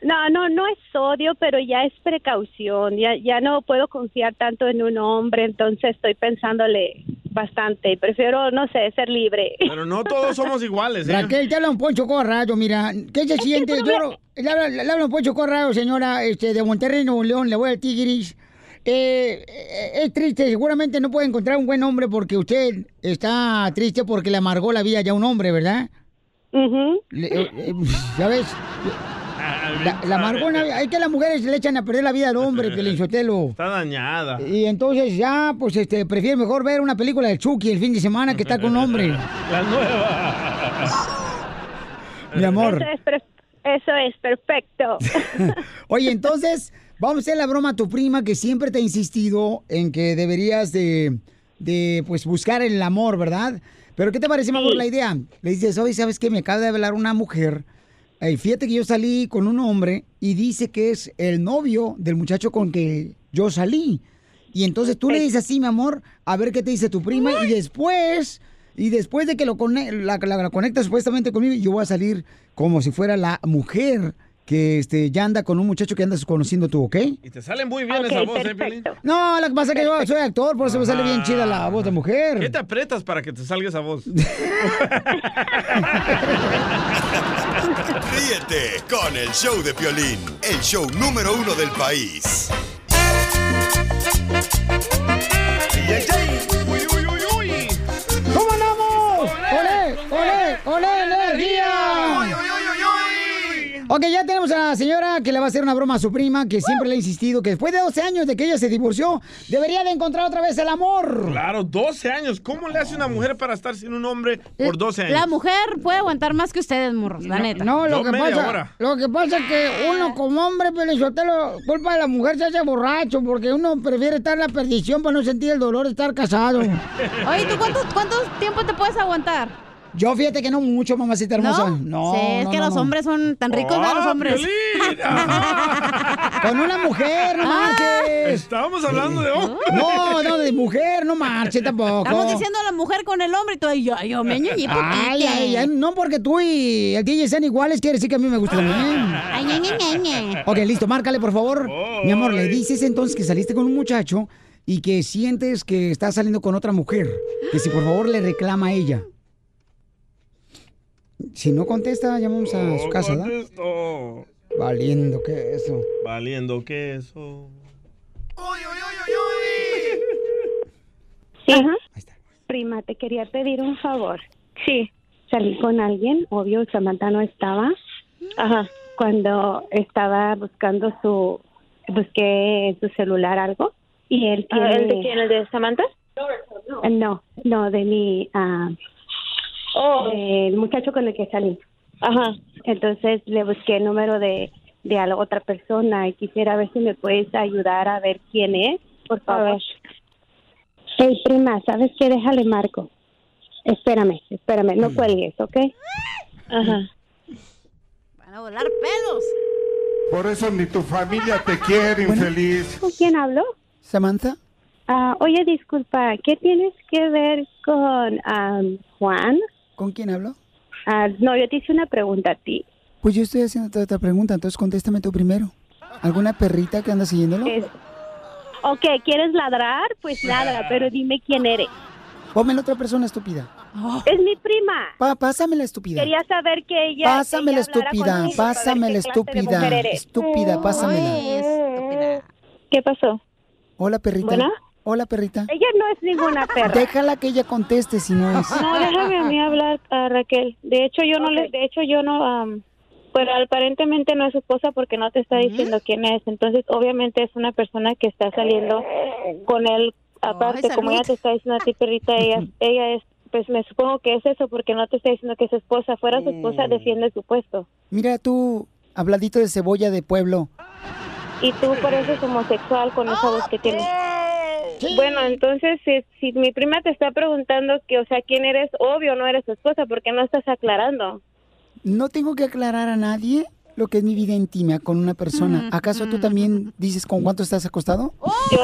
Speaker 24: No, no, no es odio, pero ya es precaución. Ya, ya no puedo confiar tanto en un hombre, entonces estoy pensándole bastante. Prefiero, no sé, ser libre.
Speaker 3: Pero no todos somos iguales, ¿eh?
Speaker 2: Raquel, te habla un poncho corrado, mira. ¿Qué se siente? Yo lo- le, habla, le habla un poncho corrado, señora, este, de Monterrey, Nuevo León, le voy al Tigris. Eh, eh, es triste, seguramente no puede encontrar un buen hombre porque usted está triste porque le amargó la vida ya un hombre, ¿verdad? Le- eh, eh, ya ves,
Speaker 3: Ah,
Speaker 2: la, la amargó una vida. Es que las mujeres le echan a perder la vida al hombre, Pelinchotelo.
Speaker 3: Está dañada.
Speaker 2: Y entonces ya, pues, este, prefiere mejor ver una película de Chucky el fin de semana que estar con un hombre.
Speaker 3: La nueva.
Speaker 2: Mi amor.
Speaker 24: Eso es, per- eso es perfecto.
Speaker 2: Oye, entonces, vamos a hacer la broma a tu prima que siempre te ha insistido en que deberías de, de, pues, buscar el amor, ¿verdad? Pero, ¿qué te parece, Mauro,
Speaker 21: Sí.
Speaker 2: la idea? Le dices, oye, ¿sabes qué? Me acaba de hablar una mujer. Eh, fíjate que yo salí con un hombre y dice que es el novio del muchacho con que yo salí. Y entonces tú le dices así, mi amor, a ver qué te dice tu prima. Y después, y después de que lo conec- la, la- la conectas supuestamente conmigo, yo voy a salir como si fuera la mujer que este, ya anda con un muchacho que andas conociendo tú, ¿ok?
Speaker 3: Y te sale muy bien
Speaker 24: Ok,
Speaker 3: esa voz, ¿eh,
Speaker 24: perfecto.
Speaker 3: Pelín?
Speaker 2: No, lo que pasa es que yo soy actor, por eso me sale bien chida la voz de
Speaker 3: ¿Qué
Speaker 2: mujer.
Speaker 3: te aprietas para que te salga esa voz?
Speaker 8: Ríete con el show de Piolín, el show número uno del país.
Speaker 2: ¿Cómo andamos? ¡Olé, olé, olé, energía! Ok, ya tenemos a la señora que le va a hacer una broma a su prima, que siempre le ha insistido que después de 12 años de que ella se divorció, debería de encontrar otra vez el amor.
Speaker 3: Claro, 12 años. ¿Cómo le hace una mujer para estar sin un hombre
Speaker 2: Eh,
Speaker 3: por 12 años?
Speaker 4: La mujer puede aguantar más que ustedes, morros, la neta.
Speaker 2: No, lo
Speaker 3: Yo
Speaker 2: que,
Speaker 3: media
Speaker 2: pasa,
Speaker 3: hora.
Speaker 2: lo que pasa es que uno como hombre, Pelizotelo, culpa de la mujer se hace borracho, porque uno prefiere estar en la perdición para no sentir el dolor de estar casado.
Speaker 4: Oye, ¿tú cuánto, cuánto tiempo te puedes aguantar?
Speaker 2: Yo fíjate que no mucho, mamacita hermosa. No,
Speaker 4: Sí, es
Speaker 2: no,
Speaker 4: que
Speaker 2: no,
Speaker 4: los
Speaker 2: no.
Speaker 4: hombres son tan ricos, ¿verdad? Los
Speaker 2: ¡Ah,
Speaker 4: hombres.
Speaker 2: Con una mujer, no
Speaker 4: Ah.
Speaker 2: marches.
Speaker 3: Estábamos hablando de hombres.
Speaker 2: No, no, de mujer, no marches tampoco.
Speaker 4: Estamos diciendo a la mujer con el hombre y todo. y Yo, yo, me ñoñi,
Speaker 2: Ay,
Speaker 4: poquite.
Speaker 2: ay, ay, no porque tú y el DJ sean iguales, quiere decir que a mí me gusta
Speaker 4: Ay, ñe, ñe, ñe, ñe.
Speaker 2: Ok, listo, márcale, por favor. Mi amor, le dices entonces que saliste con un muchacho y que sientes que estás saliendo con otra mujer. Que si por favor le reclama a ella. Si no contesta, llamamos a su casa, ¿verdad?
Speaker 3: Esto.
Speaker 2: Valiendo, ¿qué es eso?
Speaker 3: Valiendo queso.
Speaker 24: Sí. Prima, te quería pedir un favor. Sí. Salí con alguien, obvio, Samantha no estaba. Ajá. Cuando estaba buscando su, busqué en su celular algo y él tiene...
Speaker 23: Ah, ¿el de quién? ¿El de Samantha? Eh,
Speaker 24: No, no, de mi, ah,
Speaker 23: Oh.
Speaker 24: del muchacho con el que salí. Ajá. Entonces le busqué el número de, de a la otra persona y quisiera ver si me puedes ayudar a ver quién es, por favor. Hey, prima, ¿sabes qué? Déjale marco. Espérame, espérame, no cuelgues, ¿ok? Ajá.
Speaker 4: Van a volar pelos.
Speaker 25: Por eso ni tu familia te quiere, infeliz.
Speaker 24: ¿Con quién hablo?
Speaker 2: Samantha.
Speaker 24: Ah, oye, disculpa, ¿qué tienes que ver con am, Juan?
Speaker 2: ¿Con quién hablo?
Speaker 24: Ah, no, yo te hice una pregunta a ti.
Speaker 2: Pues yo estoy haciendo otra pregunta, entonces contéstame tú primero. ¿Alguna perrita que anda siguiéndolo?
Speaker 24: Ok, ¿quieres ladrar? Pues ladra, pero dime quién eres. Oh.
Speaker 2: Pónmela otra persona estúpida.
Speaker 24: Es mi prima.
Speaker 2: Pa- pásamela estúpida.
Speaker 24: Quería saber que ella.
Speaker 2: Pásamela
Speaker 24: que ella
Speaker 2: estúpida,
Speaker 24: hablara conmigo para ver
Speaker 2: pásamela
Speaker 24: qué clase de
Speaker 2: estúpida,
Speaker 24: mujer eres.
Speaker 2: estúpida, pásamela.
Speaker 24: ¿Qué pasó?
Speaker 2: Hola, perrita.
Speaker 24: ¿Bueno?
Speaker 2: Hola, perrita.
Speaker 23: Ella no es ninguna perra.
Speaker 2: Déjala que ella conteste si no es.
Speaker 23: No, déjame a mí hablar a Raquel. De hecho, yo no le, de hecho, yo no, am, pero aparentemente no es su esposa porque no te está diciendo quién es. Entonces, obviamente es una persona que está saliendo con él. Aparte, como
Speaker 9: salud.
Speaker 23: ella te está diciendo a ti, perrita, ella, ella es, pues me supongo que es eso porque no te está diciendo que es su esposa. Fuera su esposa, defiende su puesto.
Speaker 2: Mira tú, habladito de cebolla de pueblo.
Speaker 23: Y tú pareces homosexual con esa voz que tienes. Bueno, entonces, si, si mi prima te está preguntando que, o sea, quién eres, obvio no eres su esposa, porque no estás aclarando.
Speaker 2: No tengo que aclarar a nadie lo que es mi vida íntima con una persona.
Speaker 23: Mm,
Speaker 2: ¿Acaso tú también dices con cuánto estás acostado?
Speaker 23: Yo,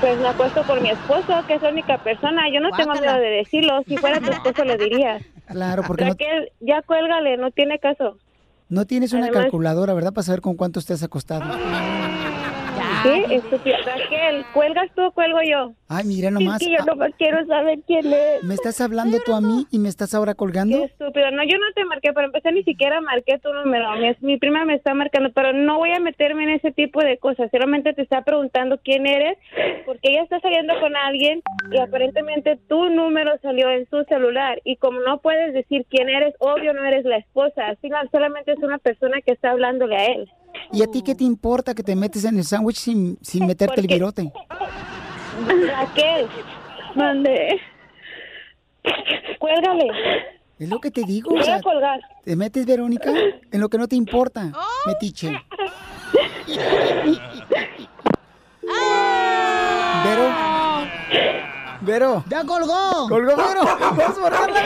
Speaker 23: pues, me apuesto por mi esposo, que es la única persona. Yo no tengo miedo de decirlo. Si fuera tu esposo, lo diría.
Speaker 2: Claro, porque no,
Speaker 23: Raquel, ya cuélgale, no tiene caso.
Speaker 2: no tienes una
Speaker 23: Además-
Speaker 2: calculadora, ¿verdad? Para saber con cuánto estás acostado.
Speaker 23: ¿Sí? Estúpida. Raquel, ¿cuelgas tú o cuelgo yo?
Speaker 2: Ay, mira nomás.
Speaker 23: Es que yo
Speaker 2: ah,
Speaker 23: no quiero saber quién es.
Speaker 2: ¿Me estás hablando tú a mí y me estás ahora colgando?
Speaker 23: Estúpido, no, yo no te marqué, para empezar ni siquiera marqué tu número, mi, mi prima me está marcando, pero no voy a meterme en ese tipo de cosas, solamente te está preguntando quién eres, porque ella está saliendo con alguien y aparentemente tu número salió en su celular y como no puedes decir quién eres, obvio no eres la esposa, al final solamente es una persona que está hablándole a él.
Speaker 2: ¿Y a ti qué te importa que te metes en el sándwich sin, sin meterte el virote?
Speaker 23: Raquel, mande. Cuélgale.
Speaker 2: Es lo que te digo.
Speaker 23: Voy
Speaker 2: o sea,
Speaker 23: a colgar.
Speaker 2: ¿Te metes, Verónica? En lo que no te importa. Metiche. Vero. Vero.
Speaker 11: ¡Ya colgó!
Speaker 2: Colgó, Vero. Vamos a borrarla,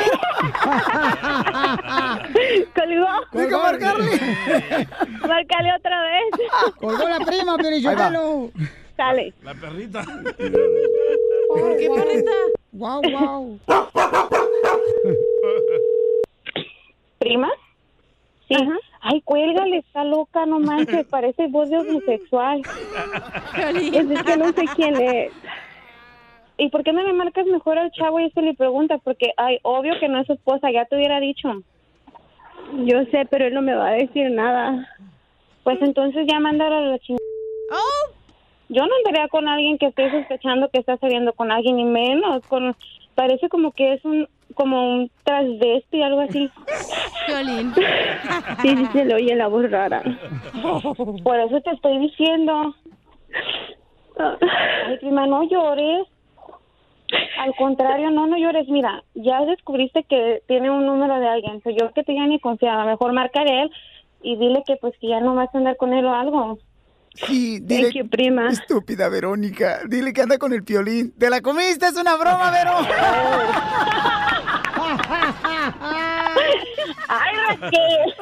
Speaker 23: Vero. colgó.
Speaker 2: Hay que marcarle.
Speaker 23: Márcale otra vez.
Speaker 2: Colgó la prima, Piolichotelo.
Speaker 23: Sale.
Speaker 3: La perrita.
Speaker 23: ¿Por qué perrita?
Speaker 2: Wow, wow.
Speaker 23: ¿Prima? Sí. Ay, cuélgale, está loca, no manches, parece voz de homosexual. es es que no sé quién es. ¿Y por qué no le marcas mejor al chavo y se le pregunta? Porque, ay, obvio que no es su esposa, ya te hubiera dicho. Yo sé, pero él no me va a decir nada. Pues entonces ya mándalo a la chingada. Yo no andaría con alguien que esté sospechando que está saliendo con alguien, y menos con... Parece como que es un como un transvesti, algo así. Sí, sí, se le oye la voz rara. Por eso te estoy diciendo. Ay, prima, no llores. Al contrario, no, no llores. Mira, ya descubriste que tiene un número de alguien. Soy yo que te ya ni confiaba. Mejor marcaré él y dile que pues que ya no vas a andar con él o algo.
Speaker 2: Sí, dile.
Speaker 23: Thank you, prima.
Speaker 2: Estúpida Verónica. Dile que anda con el piolín. ¡Te la comiste! ¡Es una broma, Vero!
Speaker 23: ¡Ay, Raquel!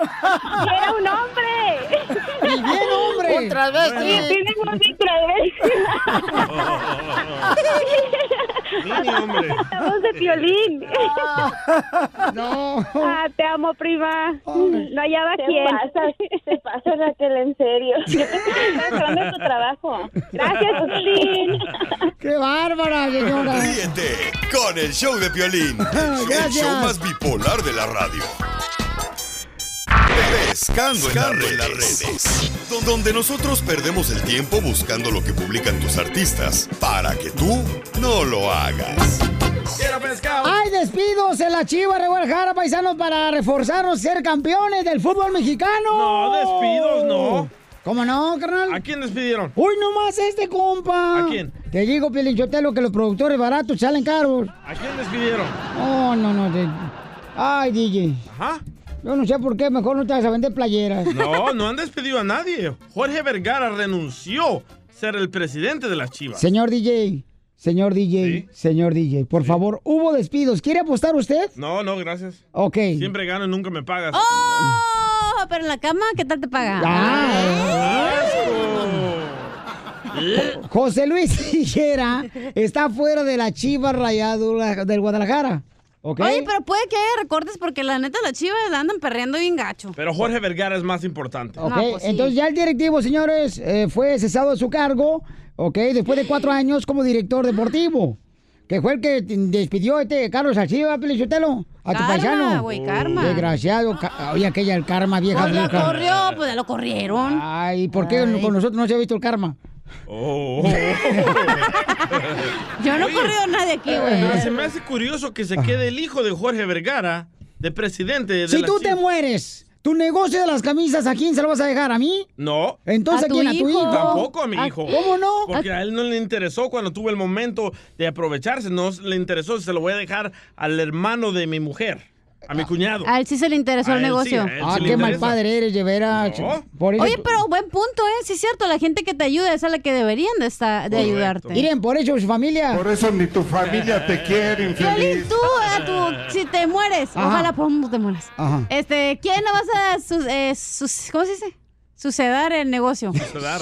Speaker 23: ¡Era un hombre!
Speaker 2: ¡Y bien, hombre!
Speaker 23: Un travesti.
Speaker 2: Bueno.
Speaker 23: Sí, tiene voz de travesti. La voz de violín.
Speaker 2: No.
Speaker 23: Ah, te amo, prima. No hallaba
Speaker 9: Te
Speaker 23: quién.
Speaker 9: pasas,
Speaker 23: te pasas, Raquel, en serio. Yo pensé que estabas hablando de tu trabajo. Gracias, Justin.
Speaker 2: ¡Qué bárbara, señora!
Speaker 8: Ríete con el show de Piolín, el
Speaker 2: Gracias.
Speaker 8: show más bipolar de la radio. Pescando en las redes, donde nosotros perdemos el tiempo buscando lo que publican tus artistas para que tú no lo hagas.
Speaker 3: Quiero pescado.
Speaker 2: ¡Ay, despidos en la chiva, Guadalajara, paisanos, para reforzarnos, ser campeones del fútbol mexicano!
Speaker 3: No, despidos, no.
Speaker 2: ¿Cómo no, carnal?
Speaker 3: ¿A quién despidieron?
Speaker 2: ¡Uy, nomás este compa!
Speaker 3: ¿A quién?
Speaker 2: Te digo, Pielinchotelo, que los productores baratos salen caros.
Speaker 3: ¿A quién despidieron?
Speaker 2: Oh, no, no. te- Ay, DJ.
Speaker 3: Ajá.
Speaker 2: Yo no sé por qué, mejor no te vas a vender playeras.
Speaker 3: No, no han despedido a nadie. Jorge Vergara renunció a ser el presidente de las Chivas.
Speaker 2: Señor DJ, señor DJ, señor DJ, por favor, hubo despidos. ¿Quiere apostar usted?
Speaker 3: No, no, gracias.
Speaker 2: Ok.
Speaker 3: Siempre gano y nunca me pagas.
Speaker 4: ¡Oh! Pero en la cama, ¿qué tal te paga?
Speaker 2: Ah, Jo- José Luis Higuera está fuera de la chiva rayadura del Guadalajara. ¿Ok?
Speaker 4: Oye, pues, pero puede que haya recortes porque la neta las chivas la andan perreando bien gacho.
Speaker 3: Pero
Speaker 2: Oh.
Speaker 3: Jorge Vergara es más importante.
Speaker 2: Ok,
Speaker 4: pues
Speaker 2: entonces ya el directivo, señores, eh, fue cesado de su cargo, ok, después de cuatro años como director deportivo. Que fue el que te- despidió este Carlos Salciva, Pelichotelo, a tu
Speaker 4: Karma,
Speaker 2: paisano.
Speaker 4: güey, karma.
Speaker 2: Desgraciado, ca- oye, aquella el karma vieja
Speaker 4: Pues lo
Speaker 2: bruja.
Speaker 4: corrió, pues ya lo corrieron.
Speaker 2: Ay, ¿por qué con nosotros no se ha visto el karma?
Speaker 3: Oh.
Speaker 4: Yo no he
Speaker 3: Oye,
Speaker 4: corrido a nadie aquí,
Speaker 3: pero se me
Speaker 4: güey.
Speaker 3: hace curioso que se
Speaker 2: Ah.
Speaker 3: quede el hijo de Jorge Vergara de presidente de
Speaker 2: Si
Speaker 3: la
Speaker 2: tú
Speaker 3: Chivas.
Speaker 2: te mueres, tu negocio de las camisas, ¿a quién se lo vas a dejar? ¿A mí?
Speaker 3: No.
Speaker 2: Entonces, ¿A ¿a tu quién? ¿A tu hijo? hijo?
Speaker 3: Tampoco a mi
Speaker 2: ¿A-
Speaker 3: hijo.
Speaker 2: cómo no? Ah,
Speaker 3: Porque a él no le interesó cuando tuvo el momento de aprovecharse. No le interesó. Se lo voy a dejar al hermano de mi mujer, a mi cuñado.
Speaker 4: A él sí se le interesó
Speaker 3: A
Speaker 4: el
Speaker 3: él sí,
Speaker 4: negocio.
Speaker 3: a él sí
Speaker 2: Ah,
Speaker 3: le
Speaker 2: qué mal
Speaker 3: interesa.
Speaker 2: padre eres, de veras. Por eso-
Speaker 4: Oye, pero buen punto, ¿eh? Sí es cierto, la gente que te ayuda es a la que deberían de, estar, de ayudarte.
Speaker 2: Miren, por eso su familia.
Speaker 12: Por eso ni tu familia te quiere, infeliz.
Speaker 4: Piolín, eh, tú, a tu, si te mueres,
Speaker 12: Ajá.
Speaker 4: ojalá por no te mueras.
Speaker 12: Ajá.
Speaker 4: Este, ¿quién no vas a su- eh, sus- ¿cómo se dice? Sucedar el negocio.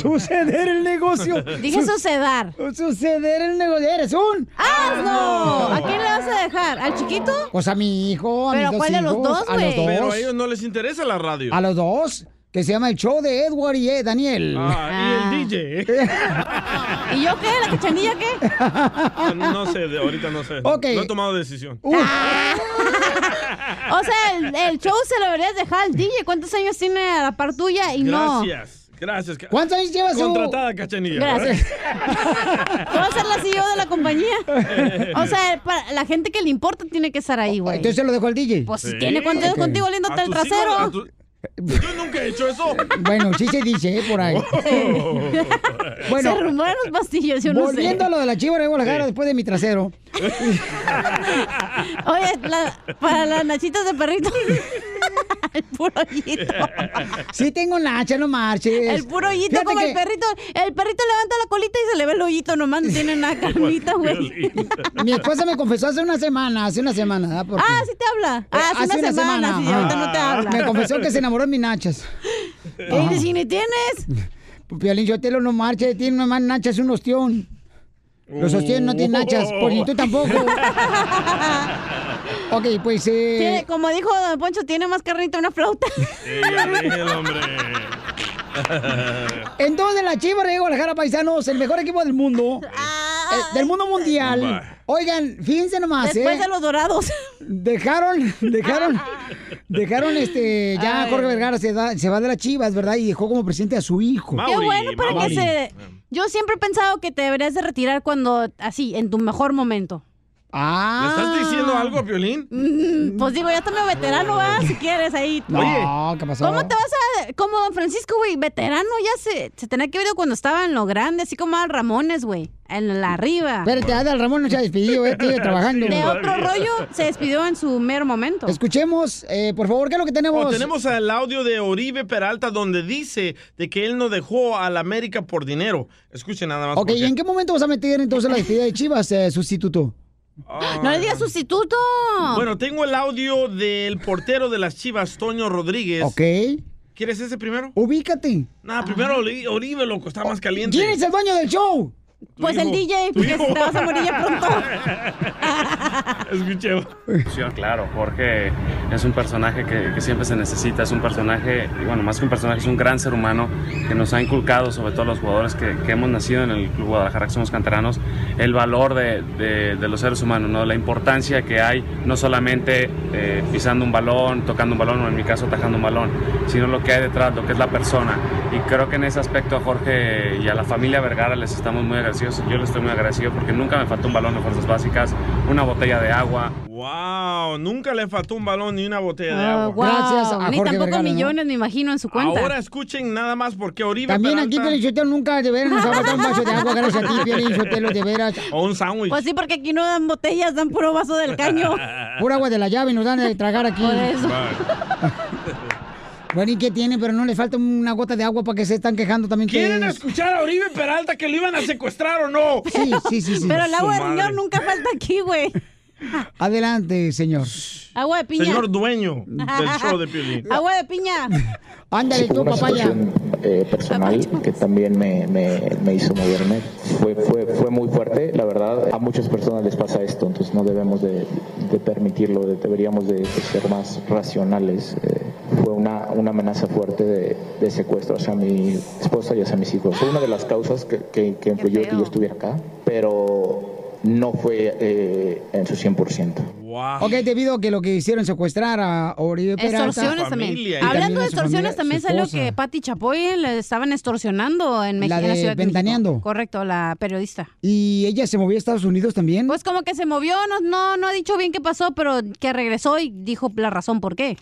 Speaker 2: Suceder el negocio.
Speaker 4: Dije sucedar.
Speaker 2: Suceder el negocio. Eres un.
Speaker 4: ¡Asno! ¿A quién le vas a dejar? ¿Al chiquito?
Speaker 2: Pues a mi hijo, a
Speaker 4: ¿Pero
Speaker 2: mis
Speaker 4: cuál de los
Speaker 2: hijos,
Speaker 4: dos,
Speaker 2: A los dos.
Speaker 3: Pero a ellos no les interesa la radio.
Speaker 2: A los dos. Que se llama el show de Edward y eh, Daniel.
Speaker 3: Ah, y el
Speaker 2: Eh,
Speaker 3: DJ.
Speaker 4: ¿Y yo qué? ¿La cachanilla qué?
Speaker 3: No, no sé, de- ahorita no sé.
Speaker 4: Ok.
Speaker 3: No he tomado decisión.
Speaker 4: O sea, el, el show se lo deberías dejar al DJ. ¿Cuántos años tiene a la par tuya? Y no.
Speaker 3: Gracias. Gracias. Ca-
Speaker 4: ¿Cuántos años llevas tú?
Speaker 3: Contratada, Cachanilla.
Speaker 4: Gracias. ¿Puedo ser la CEO de la compañía? O sea, para la gente que le importa tiene que estar ahí, güey.
Speaker 2: Entonces se lo dejo al DJ.
Speaker 4: Pues si tiene contenido contigo oliéndote
Speaker 3: A
Speaker 4: el
Speaker 3: tus hijos,
Speaker 4: trasero.
Speaker 3: a tu- Yo nunca he hecho eso. Oh.
Speaker 2: Bueno, sí se dice, ¿eh? por ahí.
Speaker 4: bueno,
Speaker 2: Bueno.
Speaker 4: se rumoran los pastillos, yo no
Speaker 2: Volviendo a
Speaker 4: sé.
Speaker 2: lo de la chiva de Guadalajara
Speaker 4: Sí.
Speaker 2: después de mi trasero.
Speaker 4: Oye, la- para las nachitas de perrito. El puro hoyito.
Speaker 2: Sí tengo nacha, no marches.
Speaker 4: El puro hoyito
Speaker 2: Fíjate
Speaker 4: como el
Speaker 2: que-
Speaker 4: perrito. El perrito levanta la colita y se le ve el hoyito nomás. No tiene nada carnita, güey.
Speaker 2: Mi esposa me confesó Pues hace una semana, hace una semana, ¿verdad? Porque-
Speaker 4: Ah, sí te
Speaker 2: Eh,
Speaker 4: habla. Ah, hace, una, semana. sí, ahorita
Speaker 2: ajá.
Speaker 4: no te habla.
Speaker 2: Me confesó que se enamoró de mis nachas.
Speaker 4: ¿Qué de cine tienes?
Speaker 2: Piolín Chotelo no marcha, tiene nomás nachas, un ostión. Los ostiones no tienen nachas,
Speaker 4: Oh.
Speaker 2: pues ni tú tampoco. Ok, pues... eh,
Speaker 4: Tiene- como dijo Don Poncho, tiene más carnita una flauta.
Speaker 3: Sí, ya dije, hombre.
Speaker 2: Entonces, la Chivas de Guadalajara, paisanos, el mejor equipo del mundo, eh, del mundo mundial.
Speaker 3: Bye.
Speaker 2: Oigan, fíjense
Speaker 4: Ah.
Speaker 2: nomás,
Speaker 4: Después
Speaker 2: eh,
Speaker 4: de los dorados.
Speaker 2: Dejaron, dejaron, dejaron este, ya
Speaker 4: Ay.
Speaker 2: Jorge Vergara se, da- se va de las Chivas, ¿verdad? Y dejó como presidente a su hijo.
Speaker 4: Qué bueno para que se... Yo siempre he pensado que te deberías de retirar cuando, así, en tu mejor momento.
Speaker 2: Ah.
Speaker 3: ¿Le estás diciendo algo, Piolín?
Speaker 4: Mm, Pues digo, ya está medio veterano, ¿verdad? Si quieres, ahí.
Speaker 2: No, ¿qué pasó?
Speaker 4: ¿Cómo te vas a...? Como Don Francisco, güey, veterano, ya se, se tenía que ver cuando estaba en lo grande, así como Al Ramones, güey, en la arriba.
Speaker 2: Espérate, Adal Ramón no se ha despedido, eh, sigue trabajando.
Speaker 4: Ah. De otro rollo, se despidió en su mero momento.
Speaker 2: Escuchemos, eh, por favor, ¿qué es lo que tenemos?
Speaker 3: Oh, tenemos el audio de Oribe Peralta donde dice de que él no dejó al América por dinero. Escuchen nada más.
Speaker 2: Ok, ¿y
Speaker 3: porque-
Speaker 2: en qué momento vas a meter entonces la despedida de Chivas, eh, sustituto?
Speaker 4: No le digas sustituto.
Speaker 3: Bueno, tengo el audio del portero de las Chivas, Toño Rodríguez.
Speaker 2: Ok.
Speaker 3: ¿Quieres ese primero?
Speaker 2: Ubícate.
Speaker 3: Nada, primero Oli- Oribe, loco, está más caliente.
Speaker 2: ¿Quién es el dueño del show?
Speaker 3: Tu Pues el hijo. DJ,
Speaker 9: porque
Speaker 3: hijo. te vas a morir ya
Speaker 4: pronto.
Speaker 3: Escuchemos.
Speaker 9: Claro, Jorge es un personaje que, que siempre se necesita, es un personaje, y bueno, más que un personaje, es un gran ser humano que nos ha inculcado, sobre todo a los jugadores que, que hemos nacido en el Club Guadalajara, que somos canteranos, el valor de, de- de los seres humanos, ¿no? la importancia que hay, no solamente eh, pisando un balón, tocando un balón, o en mi caso, tajando un balón, sino lo que hay detrás, lo que es la persona. Y creo que en ese aspecto a Jorge y a la familia Vergara les estamos muy agradecidos, yo les estoy muy agradecido porque nunca me faltó un balón de fuerzas básicas, una botella de agua,
Speaker 3: Wow, nunca le faltó un balón ni una botella de
Speaker 4: Ah,
Speaker 3: agua.
Speaker 4: wow. Ni tampoco millones, me imagino, en su cuenta.
Speaker 3: Ahora escuchen nada más porque Oribe
Speaker 2: También aquí,
Speaker 3: Peralta-
Speaker 2: Piolín Sotelo, nunca de veras nos ha faltado un vaso de agua, gracias a ti, Piolín Sotelo, de veras.
Speaker 3: O un sándwich.
Speaker 4: Pues sí, porque aquí no dan botellas, dan puro vaso del caño.
Speaker 2: Pura agua de la llave nos dan de tragar aquí.
Speaker 4: Por eso.
Speaker 2: Bueno, ¿y qué tiene? Pero no le falta una gota de agua para que se están quejando también. que
Speaker 3: ¿Quieren
Speaker 2: es-
Speaker 3: escuchar a Oribe Peralta que lo iban a secuestrar o no?
Speaker 2: Sí, sí, sí, sí.
Speaker 4: Pero el agua de
Speaker 3: Su
Speaker 4: riñón
Speaker 3: madre.
Speaker 4: nunca falta aquí, güey.
Speaker 2: Adelante, señor.
Speaker 4: Agua de piña.
Speaker 3: Señor dueño del show de Piolín.
Speaker 4: Agua de piña.
Speaker 2: Ándale
Speaker 15: Sí, fue
Speaker 2: tú,
Speaker 15: una
Speaker 2: papaya.
Speaker 15: situación eh, personal que también me, me- me hizo moverme. Fue, fue, fue muy fuerte, la verdad. A muchas personas les pasa esto, entonces no debemos de, de permitirlo, de- deberíamos de, de ser más racionales. Eh, fue una, una amenaza fuerte de, de secuestro hacia mi esposa y hacia mis hijos. Fue una de las causas que, que- que influyó que yo estuviera acá, pero no fue eh, en su 100%.
Speaker 3: Wow. Wow.
Speaker 2: Ok, debido a que lo que hicieron secuestrar a Oribe Peralta.
Speaker 4: Extorsiones también. Hablando de extorsiones, también salió que Patti Chapoy le estaban extorsionando en México.
Speaker 2: La
Speaker 4: en la
Speaker 2: de
Speaker 4: ciudad de México.
Speaker 2: Ventaneando.
Speaker 4: Correcto, la periodista.
Speaker 2: ¿Y ella se movió a Estados Unidos también?
Speaker 4: Pues como que se movió, no, no, no ha dicho bien qué pasó, pero que regresó y dijo la razón por qué.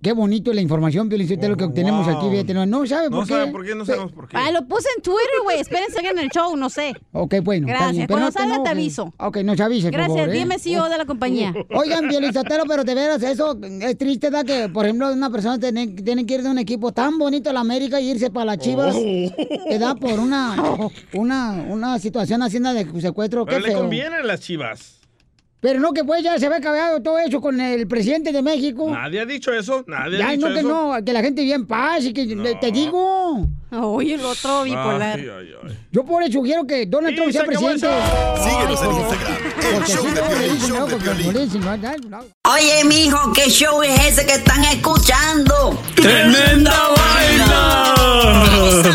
Speaker 2: Qué bonito la información, Piolín, Sotelo, que obtenemos
Speaker 4: wow.
Speaker 2: aquí. fíjate, no, no sabe
Speaker 4: No
Speaker 2: por qué.
Speaker 4: sabe por qué, no sabemos
Speaker 2: por
Speaker 4: Ah, lo puse en Twitter, güey. Espérense que en el show, no sé.
Speaker 2: Ok, bueno. está
Speaker 4: Gracias.
Speaker 2: bien, pero
Speaker 4: Cuando
Speaker 2: no te
Speaker 4: salga te
Speaker 2: enojes.
Speaker 4: aviso.
Speaker 2: Ok, nos avise,
Speaker 4: Gracias,
Speaker 2: por favor, ¿eh?
Speaker 4: dime CEO de la compañía.
Speaker 2: Oigan, Piolín Sotelo, pero de veras, eso es triste, ¿da? Que, por ejemplo, una persona tiene, tiene que ir de un equipo tan bonito a la América y irse para las chivas.
Speaker 3: Oh.
Speaker 2: Te da por una, una, una situación así ¿no? de secuestro.
Speaker 3: Pero
Speaker 2: qué
Speaker 3: le
Speaker 2: feo.
Speaker 3: convienen las chivas.
Speaker 2: Pero no que pues ya se ve cabreado todo eso con el presidente de México.
Speaker 3: Nadie ha dicho eso. Nadie ha
Speaker 2: Ya,
Speaker 3: dicho
Speaker 2: no que
Speaker 3: eso.
Speaker 2: no, que la gente vive en paz y que le- te digo.
Speaker 4: Oye, el otro bipolar.
Speaker 3: Ay, ay, ay.
Speaker 2: Yo por eso sugiero que Donald Trump sea presidente.
Speaker 8: Síguenos en Instagram, el
Speaker 2: Porque
Speaker 8: show
Speaker 2: si
Speaker 8: de
Speaker 2: no, le
Speaker 8: Piolín,
Speaker 2: dicen,
Speaker 8: show
Speaker 2: no,
Speaker 8: de
Speaker 2: porque
Speaker 8: Piolín.
Speaker 2: Piolín, si no, ya, no.
Speaker 13: Oye, mijo, ¿qué show es ese que están escuchando?
Speaker 14: ¡Tremenda
Speaker 13: vaina!